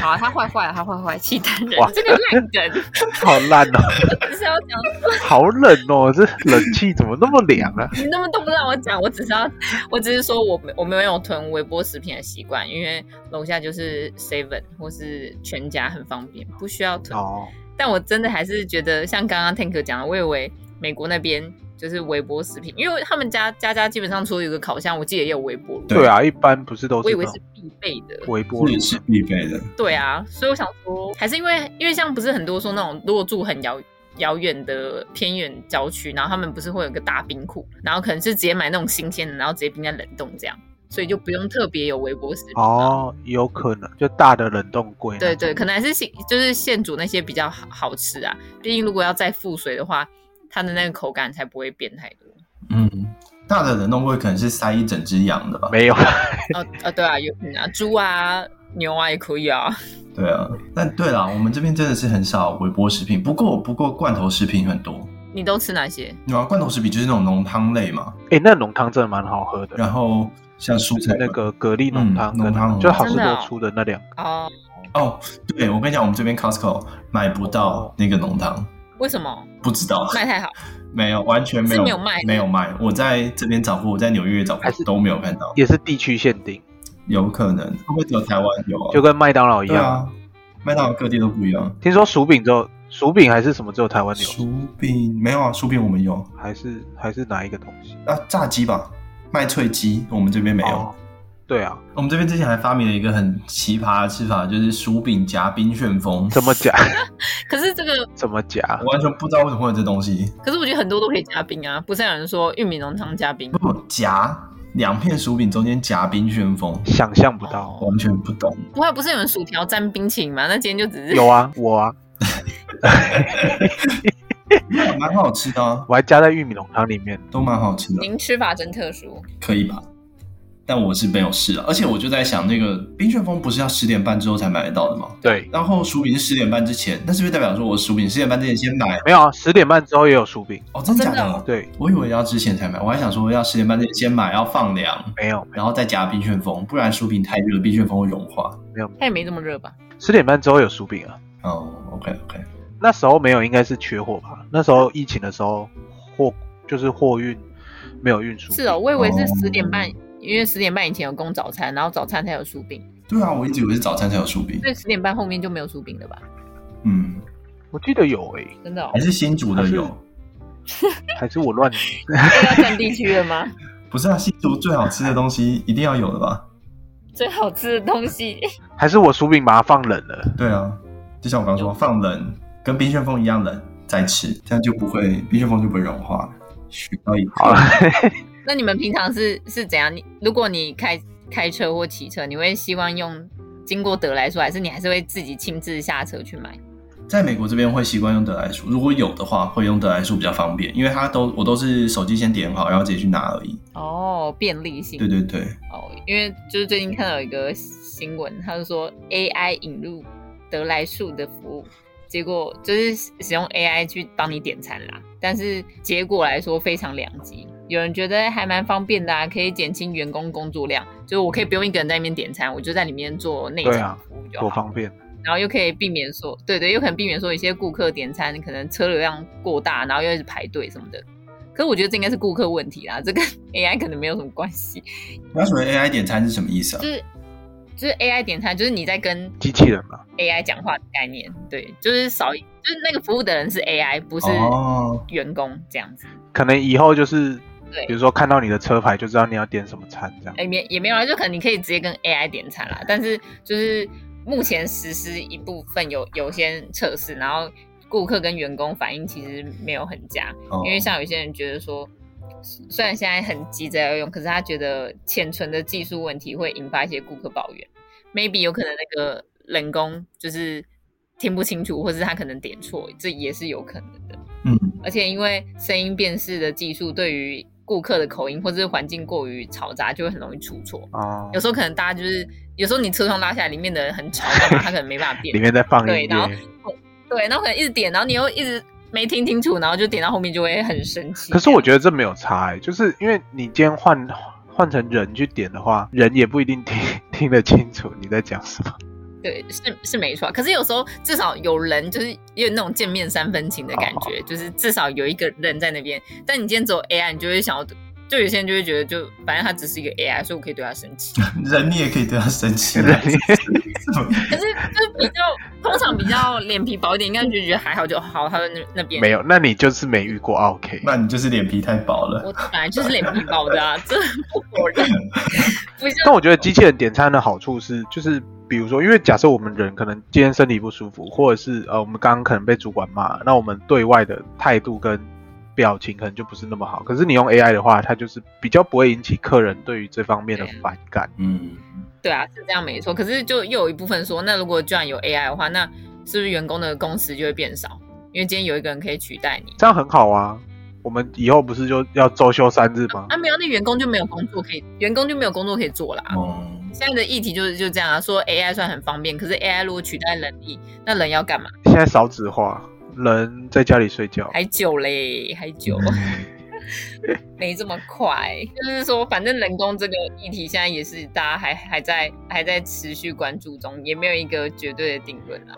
C: 好，他坏坏了，他坏坏，契丹人
B: 哇
C: 这个烂人，
B: 好烂哦，
C: 只是要讲，
B: 好冷哦，这冷气怎么那么凉啊？
C: 你那么都不让我讲，我只是要，我只是说我没我没有囤微波食品的习惯，因为楼下就是 seven 或是全家很方便，不需要囤。
B: 哦，
C: 但我真的还是觉得，像刚刚 Tank 讲的，我以为美国那边就是微波食品，因为他们家家家基本上除了有个烤箱，我记得也有微波炉，
A: 对
B: 对啊，一般不是都
C: 我
B: 是
C: 以
B: 那
C: 为是
B: 种
C: 必备的。
B: 微波炉
A: 是是必备的，
C: 对啊，所以我想说，还是因为因为像不是很多说那种如果住很遥遥远的偏远郊区，然后他们不是会有个大冰库，然后可能是直接买那种新鲜的，然后直接冰在冷冻这样，所以就不用特别有微波食品。
B: 哦，有可能就大的冷冻柜那
C: 对
B: 种。
C: 对，可能还是现就是现煮那些比较好好吃啊。毕竟如果要再复水的话，它的那个口感才不会变太多。
A: 嗯，大的冷冻柜可能是塞一整只羊的吧？
B: 没有，
C: 哦哦，对啊，有可能啊，猪啊、牛啊也可以啊。
A: 对啊，但对啦，我们这边真的是很少微波食品，不过不过罐头食品很多，
C: 你都吃哪些？
A: 对啊，罐头食品就是那种浓汤类嘛，
B: 哎，那浓汤真的蛮好喝的，
A: 然后像蔬
B: 是
A: 菜
B: 那个蛤蜊浓汤
A: 嗯浓
B: 跟
A: 汤浓汤
B: 就好事多出的那两个，
C: 哦，
A: 哦，对，我跟你讲，我们这边 Costco 买不到那个浓汤，
C: 为什么
A: 不知道，
C: 卖太好？
A: 没有，完全没
C: 是
A: 有，
C: 没有卖的
A: 没有卖。我在这边找过，我在纽约也找过
B: 还是，
A: 都没有看到，
B: 也是地区限定，
A: 有可能会不会只有台湾有啊？
B: 就跟麦当劳一
A: 对
B: 样。
A: 啊，麦当劳各地都不一样。
B: 听说薯饼只有薯饼还是什么只有台湾有，
A: 薯饼没有啊，薯饼我们有
B: 还是还是哪一个东西
A: 啊，炸鸡吧，麦脆鸡我们这边没有。
B: 哦对啊，
A: 我们这边之前还发明了一个很奇葩的吃法，就是薯饼夹冰旋风，
B: 怎么 夹
C: 可是这个，
B: 怎么夹，
A: 我完全不知道为什么会有这东西。
C: 可是我觉得很多都可以加冰啊。不是有人说玉米浓汤加冰？
A: 不夹两片薯饼中间夹冰旋风，
B: 想象不到。
A: 完全不懂。
C: 不会，不是有人
B: 啊
C: 薯条沾冰淇淋吗？那今天就只是
B: 有啊，我啊，
A: 蛮蛮好吃的啊，
B: 我还加在玉米浓汤里面。
A: 都蛮好吃的，
C: 您吃法真特殊，
A: 可以吧？但我是没有试啊，而且我就在想，那个冰旋风不是要十点半之后才买得到的吗？
B: 对，
A: 然后薯饼是十点半之前，那是不是代表说我薯饼十点半之前先买？
B: 没有啊，十点半之后也有薯饼。
A: 哦，真的假
C: 真
A: 的？
C: 的哦
B: 对，
A: 我以为要之前才买，我还想说要十点半之前先买，要放凉，
B: 没有，没
A: 然后再加冰旋风，不然薯饼太热，冰旋风会融化。
B: 有，没有，
C: 它也没这么热吧？
B: 十点半之后有薯饼啊。
A: 哦，OK OK，
B: 那时候没有，应该是缺货吧？那时候疫情的时候，货就是货运没有运输。
C: 是哦，，我以为是
A: 哦
C: 十点半，因为十点半以前有供早餐，然后早餐才有酥饼，
A: 对啊，我一直以为是早餐才有薯饼
C: 所，以十点半后面就没有酥饼了吧？
A: 嗯，
B: 我记得有诶、
C: 真 的哦
A: 还，是新竹的有，
B: 还是我乱？
C: 要占地区了吗？
A: 不是啊，新竹最好吃的东西一定要有的吧？
C: 最好吃的东西，
B: 还是我薯饼把它放冷了？
A: 对啊，就像我刚刚说，放冷跟冰旋风一样冷再吃，这样就不会冰旋风就不会融化。学到一
B: 好了
A: 课，，
C: 那你们平常是是怎样？你如果你开开车或骑车，你会希望用经过德来说，还是你还是会自己亲自下车去买？
A: 在美国这边会习惯用得来速，如果有的话会用得来速比较方便，因为它都我都是手机先点好，然后直接去拿而已。
C: 哦，便利性。
A: 对对对，
C: 哦，因为就是最近看到一个新闻，他就说 AI 引入得来速的服务，结果就是使用 AI 去帮你点餐啦，但是结果来说非常两极。有人觉得还蛮方便的、啊，可以减轻员工工作量，就是我可以不用一个人在那边点餐，我就在里面做内
B: 对
C: 场
B: 啊
C: 服务就
B: 多
C: 好，
B: 方便。
C: 然后又可以避免说，对对，又可能避免说一些顾客点餐可能车流量过大，然后又一直排队什么的。可是我觉得这应该是顾客问题啦，这跟 AI 可能没有什么关系。
A: 那所谓 AI 点餐是什么意思啊
C: 就？是就是 AI 点餐，就是你在跟
B: 机器人嘛，
C: AI 讲话的概念，对，就是少一，就是那个服务的人是 AI，不是
A: 哦，
C: 员工这样子，
B: 可能以后就是，
C: 对
B: 比如说看到你的车牌就知道你要点什么餐这样。
C: 哎、没也没有啊，就可能你可以直接跟 AI 点餐啦，但是就是目前实施一部分有有些测试，然后顾客跟员工反应其实没有很佳，
A: 哦
C: 因为像有些人觉得说。虽然现在很急着要用，可是他觉得潜存的技术问题会引发一些顾客抱怨，maybe 有可能那个人工就是听不清楚，或是他可能点错，这也是有可能的。
A: 嗯，
C: 而且因为声音辨识的技术对于顾客的口音或者是环境过于嘈杂，就会很容易出错。
B: 哦
C: 有，时候可能大家就是，有时候你车窗拉下来，里面的人很吵，干嘛他可能没办 法辨
B: 里面在放
C: 对
B: 音
C: 然后
B: 乐。
C: 对，然后可能一直点，然后你又一直没听清楚，然后就点到后面就会很生气。
B: 可是我
C: 得
B: 觉得这没有差、欸，就是因为你今天换换成人去点的话，人也不一定听听得清楚你在讲什么。
C: 对是是没错啊，可是有时候至少有人就是也有那种见面三分情的感觉，就是至少有一个人在那边。但你今天只有 AI，你就会想要，就有些人就会觉得就，反正他只是一个 AI，所以我可以对他生气。
A: 人你也可以对他生气啊，
B: 人也
A: 这种
C: 可是就是比较通常比较脸皮薄一点，应该就觉得还好就好。他在那那边
B: 没，有，那你就是没遇过啊 OK。
A: 那你就是脸皮太薄了。
C: 我本来就是脸皮薄的啊，这不否认。不像
B: 但我觉得机器人点餐的好处是，就是比如说，因为假设我们人可能今天身体不舒服，或者是呃，我们刚刚可能被主管骂，那我们对外的态度跟表情可能就不是那么好。可是你用 AI 的话，它就是比较不会引起客人对于这方面的
C: 对啊
B: 反感。
A: 嗯，
C: 对啊，是这样没错。可是就又有一部分说，那如果居然有 AI 的话，那是不是员工的工时就会变少？因为今天有一个人可以取代你
B: 这样很好啊。我们以后不是就要周休三日吗？
C: 啊，没有，那员工就没有工作可以，员工就没有工作可以做啦。
A: 哦，
C: 现在的议题就是就这样啊，说 AI 算很方便，可是 AI 如果取代人力，那人要干嘛？
B: 现在少子化，人在家里睡觉。
C: 还久嘞，还久。
A: 嗯
C: 没这么快，就是说，反正人工这个议题现在也是大家还还在还在持续关注中，也没有一个绝对的定论啊，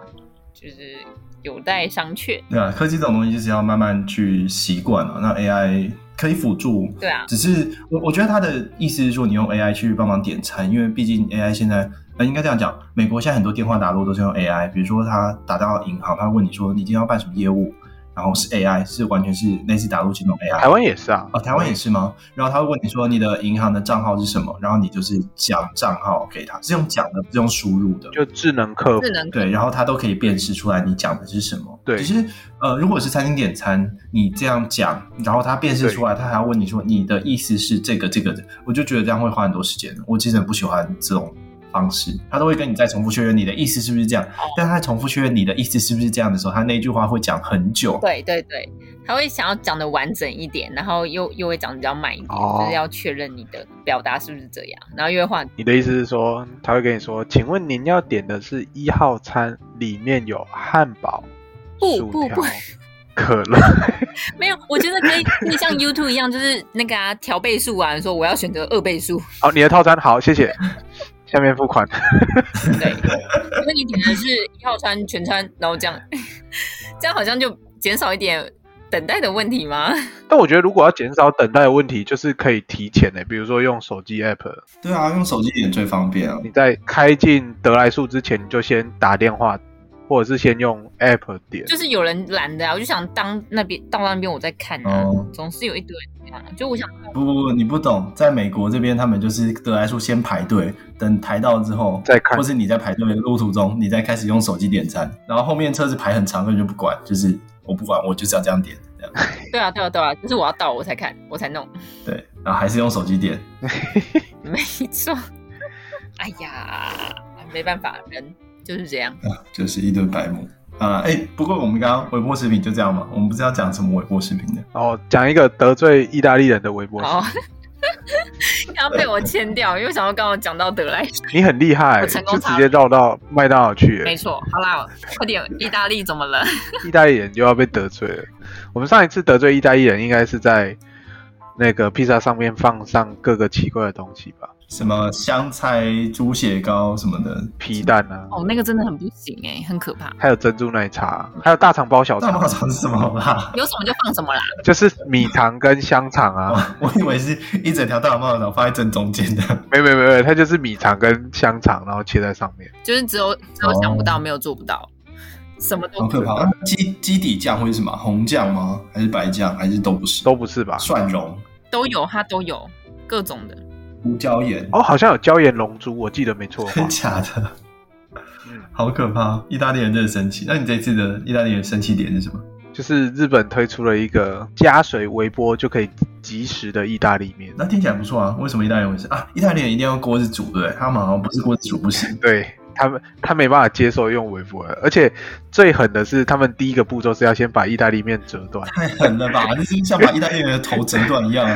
C: 就是有待商榷。
A: 对啊，科技这种东西就是要慢慢去习惯啊。那 AI 可以辅助，
C: 对啊，
A: 只是我我觉得他的意思是说，你用 AI 去帮忙点餐，因为毕竟 AI 现在。呃，应该这样讲，美国现在很多电话打入都是用 AI，比如说他打到银行，他会问你说你今天要办什么业务，然后是 AI，是完全是类似打入系统 AI。
B: 台湾也是啊，
A: 哦，台湾也是吗？然后他会问你说你的银行的账号是什么，然后你就是讲账号给他，是用讲的，不是用输入的。
B: 就智能客服
C: 智，能
A: 对，然后他都可以辨识出来你讲的是什么。
B: 对
A: 只是呃，如果是餐厅点餐，你这样讲，然后他辨识出来，他还要问你说你的意思是这个这个的，我就觉得这样会花很多时间。我其实很不喜欢这种方式，他都会跟你再重复确认你的意思是不是这样。但他重复确认你的意思是不是这样的时候，他那一句话会讲很久。
C: 对对对，他会想要讲的完整一点，然后又又会讲得比较慢一点，
B: 哦
C: 就是要确认你的表达是不是这样，然后又会换
B: 你的意思是说，他会跟你说，请问您要点的是一号餐，里面有汉堡、
C: 不
B: 薯
C: 不
B: 条
C: 不、
B: 可乐。
C: 没有，我觉得可以，可以像 YouTube 一样，就是那个啊调倍数啊，说我要选择二倍数，
B: 好，你的套餐好，谢谢。下面付款。
C: 对，因为你点的是一号餐全餐，然后这样， 这样好像就减少一点等待的问题吗？
B: 但我觉得如果要减少等待的问题，就是可以提前欸的、比如说用手机 app，
A: 对啊，用手机点最方便啊。
B: 你在开进得来速之前，你就先打电话，或者是先用 app 点。
C: 就是有人懒的啊，我就想当那边到那边我在看啊，
A: 哦
C: 总是有一堆人这样啊，就我想
A: 不不不，你不懂，在美国这边他们就是得来速先排队，等排到之后
B: 再看
A: 或是你在排队的路途中，你再开始用手机点餐，然后后面车子排很长，根本就不管，就是我不管，我就是要这样点，这样
C: 对啊对啊对啊，就是我要到我才看我才弄，
A: 对，然后还是用手机点，
C: 没错。 哎呀，没办法，人就是这样。
A: 就是一顿白目啊！哎、不过我们刚刚微波食品就这样嘛，我们不是要讲什么微波食品的，
B: 然后哦讲一个得罪意大利人的微博，
C: 好， 然后被我签掉，因为想要刚刚讲到德莱
B: 你很厉害、欸
C: 我成功
B: 就直
C: 查
B: 接绕到麦当劳去、欸
C: 没错，好啦，快点，意大利怎么了？
B: 意大利人又要被得罪了。我们上一次得罪意大利人，应该是在那个披萨上面放上各个奇怪的东西吧，
A: 什么香菜猪血糕什么的，
B: 皮蛋啊，
C: 哦，那个真的很不行哎、很可怕。
B: 还有珍珠奶茶，还有大肠包小
A: 大
B: 肠
A: 爆，炒是什么啦？
C: 有什么就放什么啦。
B: 就是米肠跟香肠啊。
A: 哦我以为是一整条大冒肠放在正中间的。
B: 没没没没，它就是米肠跟香肠，然后切在上面。
C: 就是只有只有想不
B: 哦
C: 到，没有做不到，什么都
A: 好
B: 嗯
A: 可怕！基基哦底酱会是什么？红酱吗？还是白酱？还是都不是？
B: 都不是吧？
A: 蒜蓉、
C: 都有，它都有各种的。
A: 胡椒盐，
B: 哦，好像有椒盐龙珠，我记得没错的话
A: 真假的
B: 嗯？
A: 好可怕！意大利人真的生气。那你这次的意大利人生气点是什么？
B: 就是日本推出了一个加水微波就可以即食的意大利面。
A: 那听起来不错啊。为什么意大利人会是啊？意大利人一定要用锅子煮，对不对？他们好像不是锅子煮不行。
B: 对他们，他没办法接受用微波的，而且最狠的是，他们第一个步骤是要先把意大利面折 断，
A: 太狠了吧！你是不是像把意大利人的头折断一样。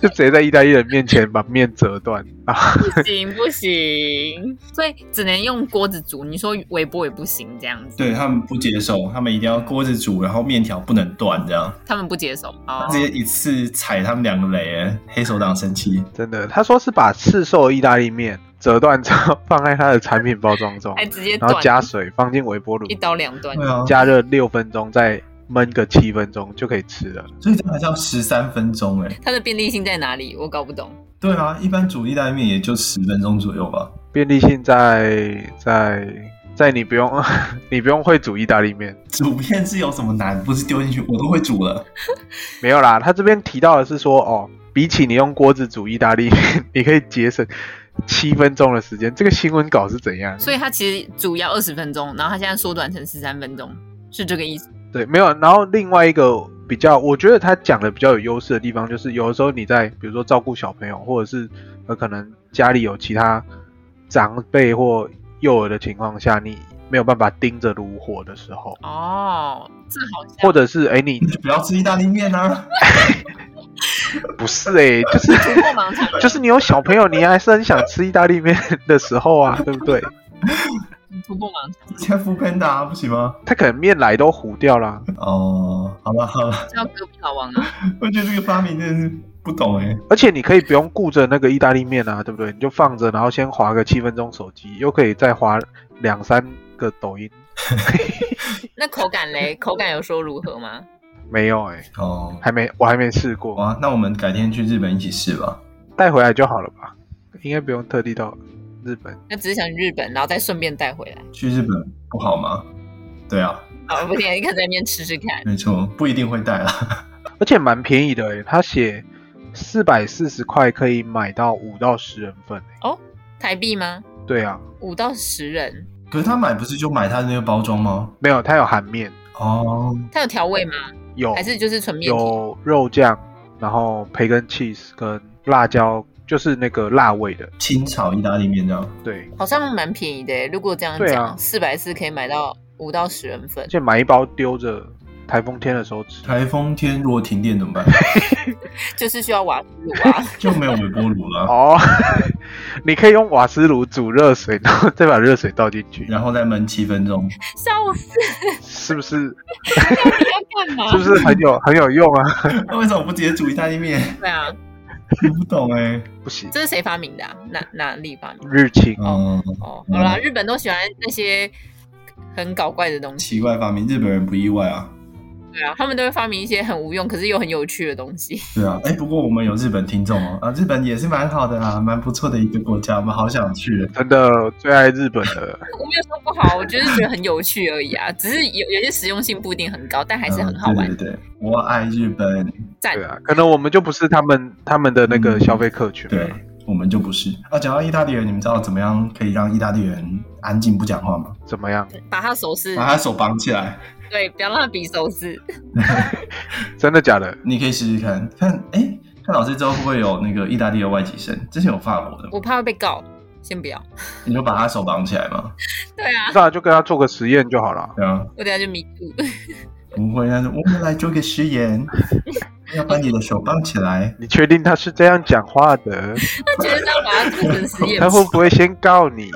B: 就直接在意大利人面前把面折断啊！
C: 不行不行， 所以只能用锅子煮。你说微波也不行，这样子，
A: 对他们不接受，他们一定要锅子煮，然后面条不能断，这样
C: 他们不接受。哦，
A: 直接一次踩他们两个雷。哎黑手党生气。
B: 真的，他说是把市售意大利面折断之后放在他的产品包装中，
C: 还直接
B: 然后
C: 断，
B: 加嗯水放进微波炉
C: 一，刀两断。
A: 对啊，
B: 加热六分钟，再焖个七分钟就可以吃了。
A: 所以这还是要十三分钟哎、
C: 它的便利性在哪里？我搞不懂。
A: 对啊，一般煮意大利面也就十分钟左右吧。
B: 便利性在在在你不用 你不用会煮意大利面，
A: 煮面是有什么难？不是丢进去，我都会煮了。
B: 没有啦，他这边提到的是说，哦，比起你用锅子煮意大利面，你可以节省七分钟的时间。这个新闻稿是怎样？
C: 所以它其实煮要二十分钟，然后它现在缩短成十三分钟，是这个意思。
B: 对，没有。然后另外一个比较，我觉得他讲的比较有优势的地方，就是有的时候你在比如说照顾小朋友，或者是呃可能家里有其他长辈或幼儿的情况下，你没有办法盯着炉火的时候，
C: 哦，这好像
B: 或者是哎你
A: 你就不要吃意大利面啊！
B: 不是哎、就是
C: 突破盲肠。
B: 就是你有小朋友，你还是很想吃意大利面的时候啊，对不对？
C: 突破盲肠，
A: 现在敷 panda 啊不行吗？
B: 他可能面来都糊掉啦。
A: 哦，好吧好吧，
C: 叫隔壁老王啊！
A: 我觉得这个发明真的是不懂哎、
B: 而且你可以不用顾着那个意大利面啊，对不对？你就放着，然后先划个七分钟手机，又可以再划两三个抖音。
C: 那口感嘞？口感有说如何吗？
B: 没有哎、
A: 哦，啊
B: 还没，我还没试过，
A: 哇，那我们改天去日本一起试吧。
B: 带回来就好了吧？应该不用特地到日本。
C: 那只是想去日本，然后再顺便带回来。
A: 去日本不好吗？对啊，
C: 好，不行，你可以在那边吃吃看。
A: 没错，不一定会带啦。
B: 而且蛮便宜的哎、他写四百四十块可以买到五到十人份、欸。
C: 台币吗？
B: 对啊，
C: 五到十人，
A: 可是他买不是就买他的那个包装吗？
B: 没有，它有含面，
A: 哦，
C: 它有调味吗？
B: 哦有
C: 还是就是纯面体？
B: 有肉酱，然后培根 cheese 跟辣椒就是那个辣味的，
A: 清炒意大利面这样。
B: 对，
C: 好像蛮便宜的耶。如果这样
B: 对啊
C: 讲，四百四可以买到五到十人份
B: 而。且买一包丢着，台风天的时候吃。
A: 台风天如果停电怎么办？
C: 就是需要瓦斯炉啊，
A: 就没有微波炉了，
B: 哦， 你可以用瓦斯炉煮热水，然后再把热水倒进去，
A: 然后再焖七分钟。
C: 笑死！
B: 是不是？
C: 你要干嘛？
B: 是不是很有很有用啊？
A: 那为什么不直接煮意大利面？
C: 对啊，
A: 我不懂哎。
B: 不行，
C: 这是谁发明的、啊？哪哪里发明？
B: 日清
A: 嗯，
C: 哦，好啦，日本都喜欢那些很搞怪的东西，
A: 奇怪发明，日本人不意外啊。
C: 对啊，他们都会发明一些很无用可是又很有趣的东西。
A: 对啊，哎，不过我们有日本听众哦，啊，日本也是蛮好的啊，蛮不错的一个国家，我们好想去。
B: 真的最爱日本了。
C: 我没有说不好，我就是觉得很有趣而已啊， 只是有有些实用性不一定很高，但还是很好玩。
A: 嗯对对对，我爱日本。
C: 赞、
B: 对啊，可能我们就不是他们他们的那个
A: 嗯
B: 消费客群。
A: 对，我们就不是。啊，讲到意大利人，你们知道怎么样可以让意大利人安静不讲话吗？
B: 怎么样？
C: 把他手势，
A: 把他手绑起来，
C: 对，不要让他比手势。
B: 真的假的？
A: 你可以试试看看，哎、看老师之后会不会有那个意大利的外籍生？之前有法国的，
C: 我怕会被告，先不要。
A: 你就把他手绑起来嘛。
C: 对啊，
B: 那就跟他做个实验就好了。
A: 对啊，
C: 我等下就迷路。
A: 不会，他说我们来做个实验，要把你的手绑起来。
B: 你确定他是这样讲话的？
C: 他 觉得这样把他做成实验
B: 他会不会先告你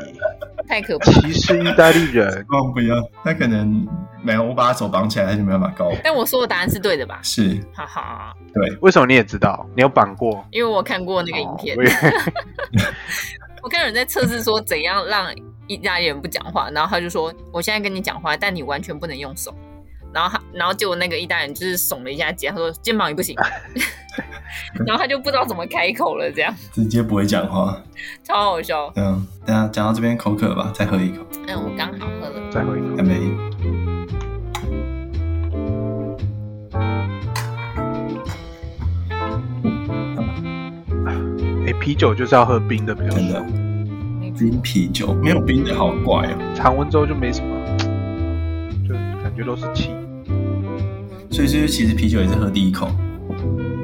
C: 太可怕。
B: 歧视意大利人？
A: 哦，不要，他可能没有，我把他手绑起来，他就没办法告我。
C: 但我说的答案是对的吧？
A: 是
C: 哈哈，
A: 对，
B: 为什么你也知道？你有绑过
C: 因为我看过那个影片
B: 哦我，也
C: 我看有人在测试说怎样让意大利人不讲话，然后他就说我现在跟你讲话，但你完全不能用手。然后他，然后结果那个意大利人就是耸了一下肩，他说肩膀也不行， 然后他就不知道怎么开口了，这样
A: 直接不会讲话。
C: 超好笑。
A: 嗯，等一下讲到这边口渴吧，再喝一口，
C: 嗯，我刚好喝了。
B: 再回
A: 还没。
B: 哎，啤酒就是要喝冰的比较
A: 真
B: 爽
A: 的，冰啤酒没有冰的好怪哦。
B: 常温之后就没什么，就感觉都是气。
A: 所以是不是其实啤酒也是喝第一口，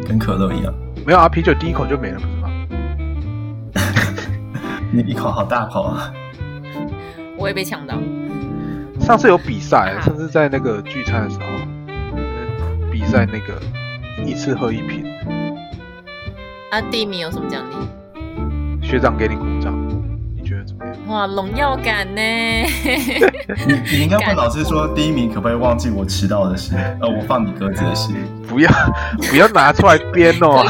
A: 跟可乐一样，
B: 没有啊，啤酒第一口就没了，不是吗？
A: 你一口好大口啊。
C: 我也被呛到。
B: 上次有比赛，上次在那个聚餐的时候，呃比赛那个一次喝一瓶，
C: 啊，第一名有什么奖励？
B: 学长给你鼓掌，你觉得怎么样？
C: 哇，荣耀感呢？
A: 你你应该问老师说，第一名可不可以忘记我迟到的事，呃，我放你鸽子的事。
B: 不要 不要拿出来编哦，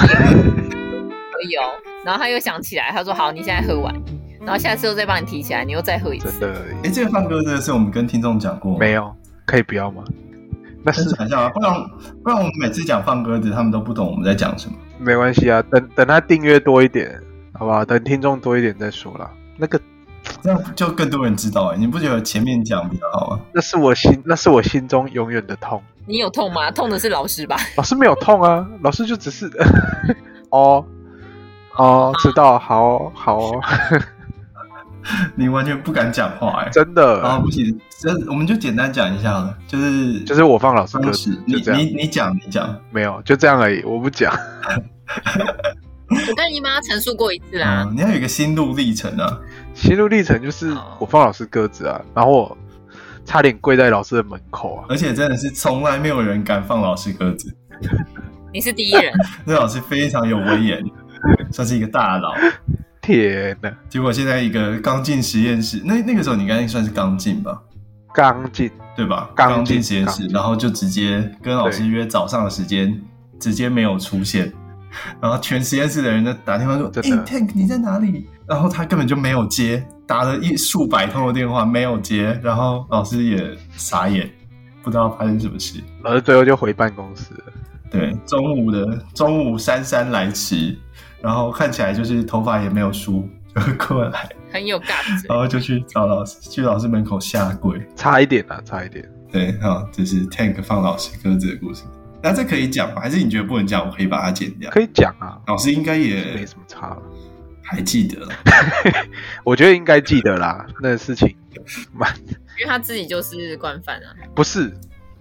C: 有。然后他又想起来，他说好，你现在喝完，然后下次又再帮你提起来，你又再喝一
B: 真
C: 次。
B: 的
A: 哎，这个放鸽子的事，我们跟听众讲过，
B: 没有，可以不要吗？那
A: 分
B: 是
A: 享一下啊，不然不然我们每次讲放鸽子，他们都不懂我们在讲什么。
B: 没关系啊，等等他订阅多一点，好不好？等听众多一点再说啦。那个
A: 这样就更多人知道哎，你不觉得前面讲比较好吗？
B: 那是我心，那是我心中永远的痛。
C: 你有痛吗？痛的是老师吧？
B: 老师没有痛啊，老师就只是 哦哦，知道，好哦好哦，
A: 你完全不敢讲话哎。
B: 真的。
A: 啊，不行，这我们就简单讲一下了，就是
B: 就是我放老师鸽
A: 当
B: 子
A: 时，
B: 就
A: 你
B: 这样，
A: 你你讲你讲，
B: 没有，就这样而已，我不讲。
C: 我跟姨妈陈述过一次啦。
A: 嗯，你要有一个心路历程啊。
B: 心路历程就是
C: 好
B: 我放老师鸽子啊，然后我差点跪在老师的门口啊，
A: 而且真的是从来没有人敢放老师鸽子，
C: 你是第一人，
A: 那老师非常有威严，算是一个大佬。
B: 天呐，
A: 结果现在一个刚进实验室，那那个时候你应该算是刚进吧，
B: 刚进，
A: 对吧？
B: 刚进
A: 进实验室
B: 刚，进
A: 然后就直接跟老师
B: 对
A: 约早上的时间，直接没有出现，然后全实验室的人都打电话说：“
B: 真
A: 哎、
B: 的
A: t a n k 你在哪里？”然后他根本就没有接，打了一数百通的电话没有接，然后老师也傻眼，不知道发生什么事。
B: 老师最后就回办公室了。
A: 对，中午的中午姗姗来迟，然后看起来就是头发也没有梳，就过来，
C: 很有 guts。
A: 然后就去找老师，去老师门口下跪。
B: 差一点啊，差一点。
A: 对，好，这是 Tank 放老师鸽子的故事。那这可以讲吗？还是你觉得不能讲？我可以把它剪掉。
B: 可以讲啊，
A: 老师应该
B: 是没
A: 也
B: 什么差了。
A: 还记得了，
B: 我觉得应该记得啦，那个事情蛮
C: 因为他自己就是惯犯啊。
B: 不是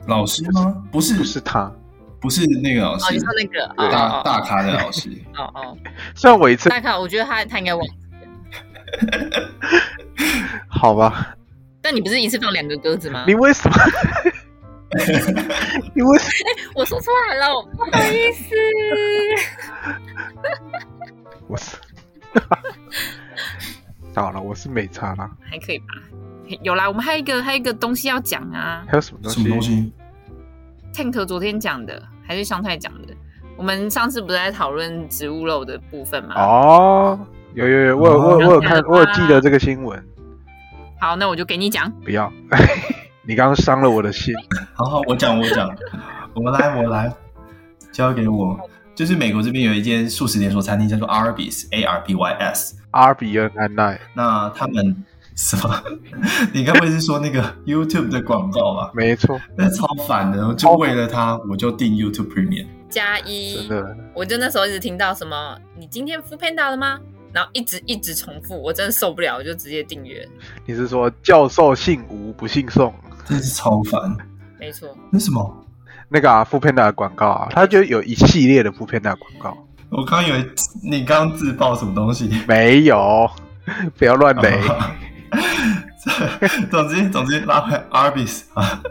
A: 老师吗？不是，
B: 不是他，
A: 不是那个老
C: 哦，
A: 师
C: 你，说那个哦
A: 大
C: 哦
A: 大咖的老 师，
C: 哦哦，
B: 虽然我一次
C: 大咖，我觉得他他应该忘记。
B: 好吧，
C: 但你不是一次放两个鸽子吗
B: 你？为什么？ 你为什
C: 我说错了，我不好意思。
B: 么？ 我是，好了，我是没差啦。
C: 还可以吧？有啦，我们还有一个还有一个东西要讲啊
B: 还有什么东西？
A: 什么东西？
C: ，Tank 昨天讲的还是香太讲的。我们上次不是在讨论植物肉的部分吗？
B: 哦，有有有，我有我有我有看，我有记得这个新闻。
C: 好，那我就给你讲。
B: 不要， 你刚刚伤了我的心。
A: 好好，我讲，我讲，我来，我来，交给我。就是美国这边有一间素食连锁餐厅，叫做 Arby's A R B Y S。
B: 阿比恩安奈，
A: 那他们什么？ 你该不会是说那个 YouTube 的广告吧？
B: 没错，
A: 那超烦的，就为了它，我就订 YouTube Premium。
C: 加
B: 真
C: 一，
B: 的，
C: 我就那时候一直听到什么，你今天 f o o Panda 了吗？然后一直一直重复，我真的受不了，我就直接订阅。
B: 你是说教授姓吴不姓宋？
A: 真是超烦。
C: 没错，
A: 那什么？
B: 那个啊，富片的广告啊，它就有一系列的富片的广告，
A: 我刚以为你刚自爆什么东西。
B: 没有， 不要乱 雷。
A: 哦总之，总之拉回 Arbis 啊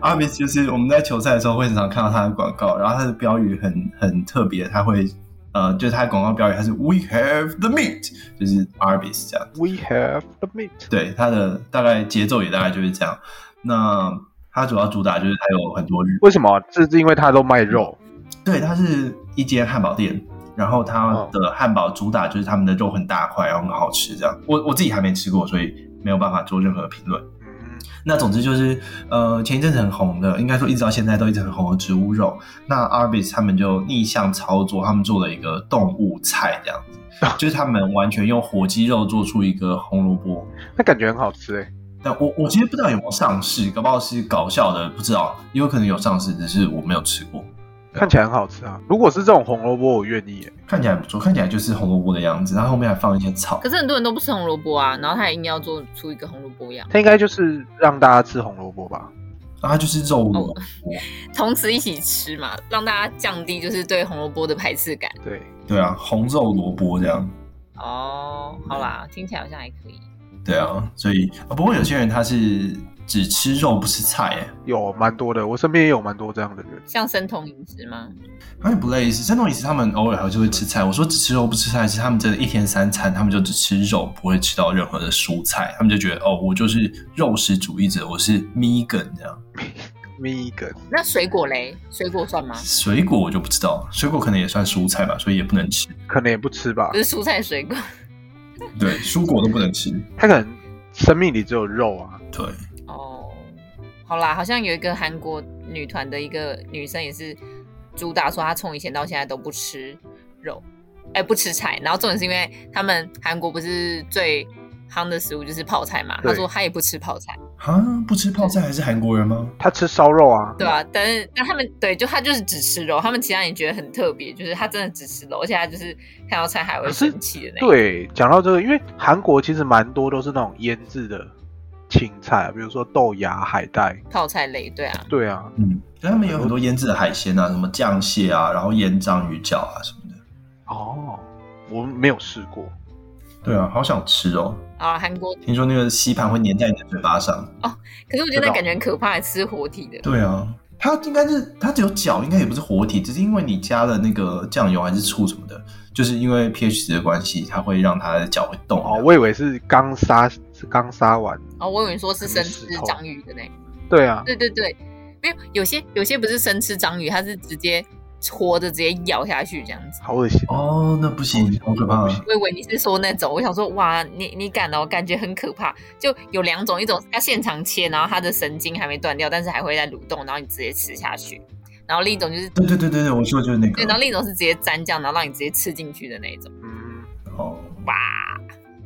A: ，Arbis 就是我们在球赛的时候会经常看到它的广告，然后它的标语很很特别，它会呃，就是它的广告标语，它是 We have the meat，就是 Arbis 这样。
B: We have the meat，
A: 对，它的大概节奏也大概就是这样。那它主要主打就是它有很多日，
B: 为什么？这是因为它都卖肉，
A: 对，它是一间汉堡店，然后它的汉堡主打就是他们的肉很大块，然后很好吃这样。我我自己还没吃过，所以没有办法做任何评论。
B: 嗯，
A: 那总之就是，呃，前一阵子很红的，应该说一直到现在都一直很红的植物肉。那 Arbis 他们就逆向操作，他们做了一个动物菜这样子，就是他们完全用火鸡肉做出一个红萝卜。
B: 那感觉很好吃哎、
A: 但我我其实不知道有没有上市，搞不好是搞笑的，不知道，也有可能有上市，只是我没有吃过。
B: 看起来很好吃啊。如果是这种红萝卜，我愿意、欸。
A: 看起来不错，看起来就是红萝卜的样子，然后后面还放一些草
C: 可。是很多人都不吃红萝卜啊，然后他也硬要做出一个红萝卜样，
B: 它应该就是让大家吃红萝卜吧？
A: 然后它就是肉萝卜，
C: 同时一起吃嘛，让大家降低就是对红萝卜的排斥感。
B: 对，
A: 对啊，红肉萝卜这样。
C: 哦，好啦，听起来好像还可以。
A: 对啊，所以、啊不过有些人他是只吃肉不吃菜、欸，
B: 有蛮多的，我身边也有蛮多这样的人。
C: 像生酮饮食吗？
A: 他也不类似，山东饮食他们偶尔还是会吃菜。我说只吃肉不吃菜，是他们真的一天三餐，他们就只吃肉，不会吃到任何的蔬菜。他们就觉得哦，我就是肉食主义者，我是 vegan 这样。
B: 咪一个，
C: 那水果嘞？水果算吗？
A: 水果我就不知道，水果可能也算蔬菜吧，所以也不能吃。
B: 可能也不吃吧
C: 不，是蔬菜水果，
A: 对，蔬果都不能吃。
B: 他可能生命里只有肉啊。
A: 对，
C: 哦，好啦，好像有一个韩国女团的一个女生也是主打说她从以前到现在都不吃肉，哎，不吃菜。然后重点是因为他们韩国不是最夯的食物就是泡菜嘛，
B: 对
C: 她说她也不吃泡菜，
A: 啊，不吃泡菜还是韩国人吗？
B: 他吃烧肉啊，
C: 对啊，但是但他们对，就她就是只吃肉，他们其他人觉得很特别，就是她真的只吃肉，而且她就是看到菜还会
B: 可是
C: 生气的那一种。
B: 对，讲到这个，因为韩国其实蛮多都是那种腌制的青菜，啊比如说豆芽、海带。
C: 泡菜类，对啊，
B: 对啊，
A: 嗯，但他们有很多腌制的海鲜啊，什么酱蟹啊，然后腌章鱼脚啊什么的。
B: 哦，我没有试过。
A: 对啊，好想吃哦！
C: 啊，韩国，
A: 听说那个吸盘会粘在你的嘴巴上。
C: 可是我觉得
B: 知
C: 那
B: 道
C: 感觉很可怕，吃活体的。
A: 对啊，它应该是它只有脚，应该也不是活体，只是因为你加了那个酱油还是醋什么的，就是因为 pH 值的关系，它会让它的脚会动。
B: 哦，我以为是刚杀，是刚杀完。
C: 哦，我以为你说是生吃
B: 石头
C: 章鱼的呢。
B: 对啊，
C: 对对对，没有，有些有些不是生吃章鱼，它是直接活的直接咬下去这样子。
B: 好恶心。啊
A: 哦，那不行，啊好可怕
B: 不！行
C: 我以为你是说那种，我想说哇，你你敢哦，感觉很可怕。就有两种，一种是它现场切，然后它的神经还没断掉，但是还会在蠕动，然后你直接吃下去。然后另一种就是
A: 对对对对对，我说的就是那
C: 对，然后
A: 个。
C: 另一种是直接沾酱，然后让你直接吃进去的那一种。
B: 嗯，
A: 哦，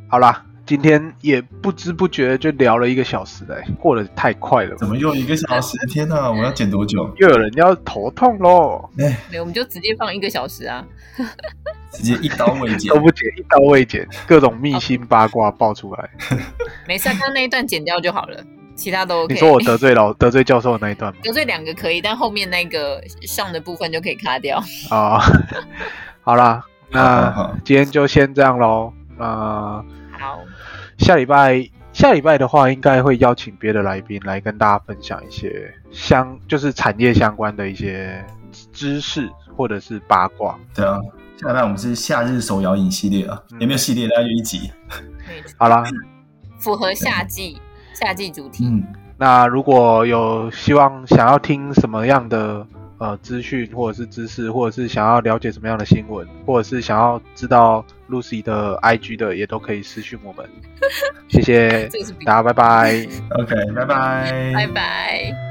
B: 好啦，今天也不知不觉就聊了一个小时嘞、过得太快了
A: 怎。么又一个小时？天哪，我要剪多久？
B: 又有人要头痛喽，
C: 对，我们就直接放一个小时啊。
A: 直接一刀未剪
B: 都。不解，一刀未解，各种秘辛八卦爆出来。
C: 没事啊，刚刚那一段剪掉就好了。其他都 OK。
B: 你说 我得罪老得罪教授的那一段吗？
C: 得罪两个可以，但后面那个上的部分就可以卡掉。
B: 啊、 好啦，
A: 好好
B: 那
A: 好
B: 今天就先这样喽。呃，
C: 好，
B: 下礼拜下礼拜的话，应该会邀请别的来宾来跟大家分享一些相就是产业相关的一些知识或者是八卦。
A: 对啊，下半我们是夏日手摇饮系列啊，
B: 嗯
A: 也没有系列，大家就一集。
C: 没错
B: 好啦，
C: 符合夏季夏季主题。
A: 嗯，
B: 那如果有希望想要听什么样的呃资讯或者是知识，或者是想要了解什么样的新闻，或者是想要知道 Lucy 的 IG 的，也都可以私讯我们。谢谢
C: 这个是比
B: 大家，拜拜。
A: OK，拜拜，
C: 拜拜。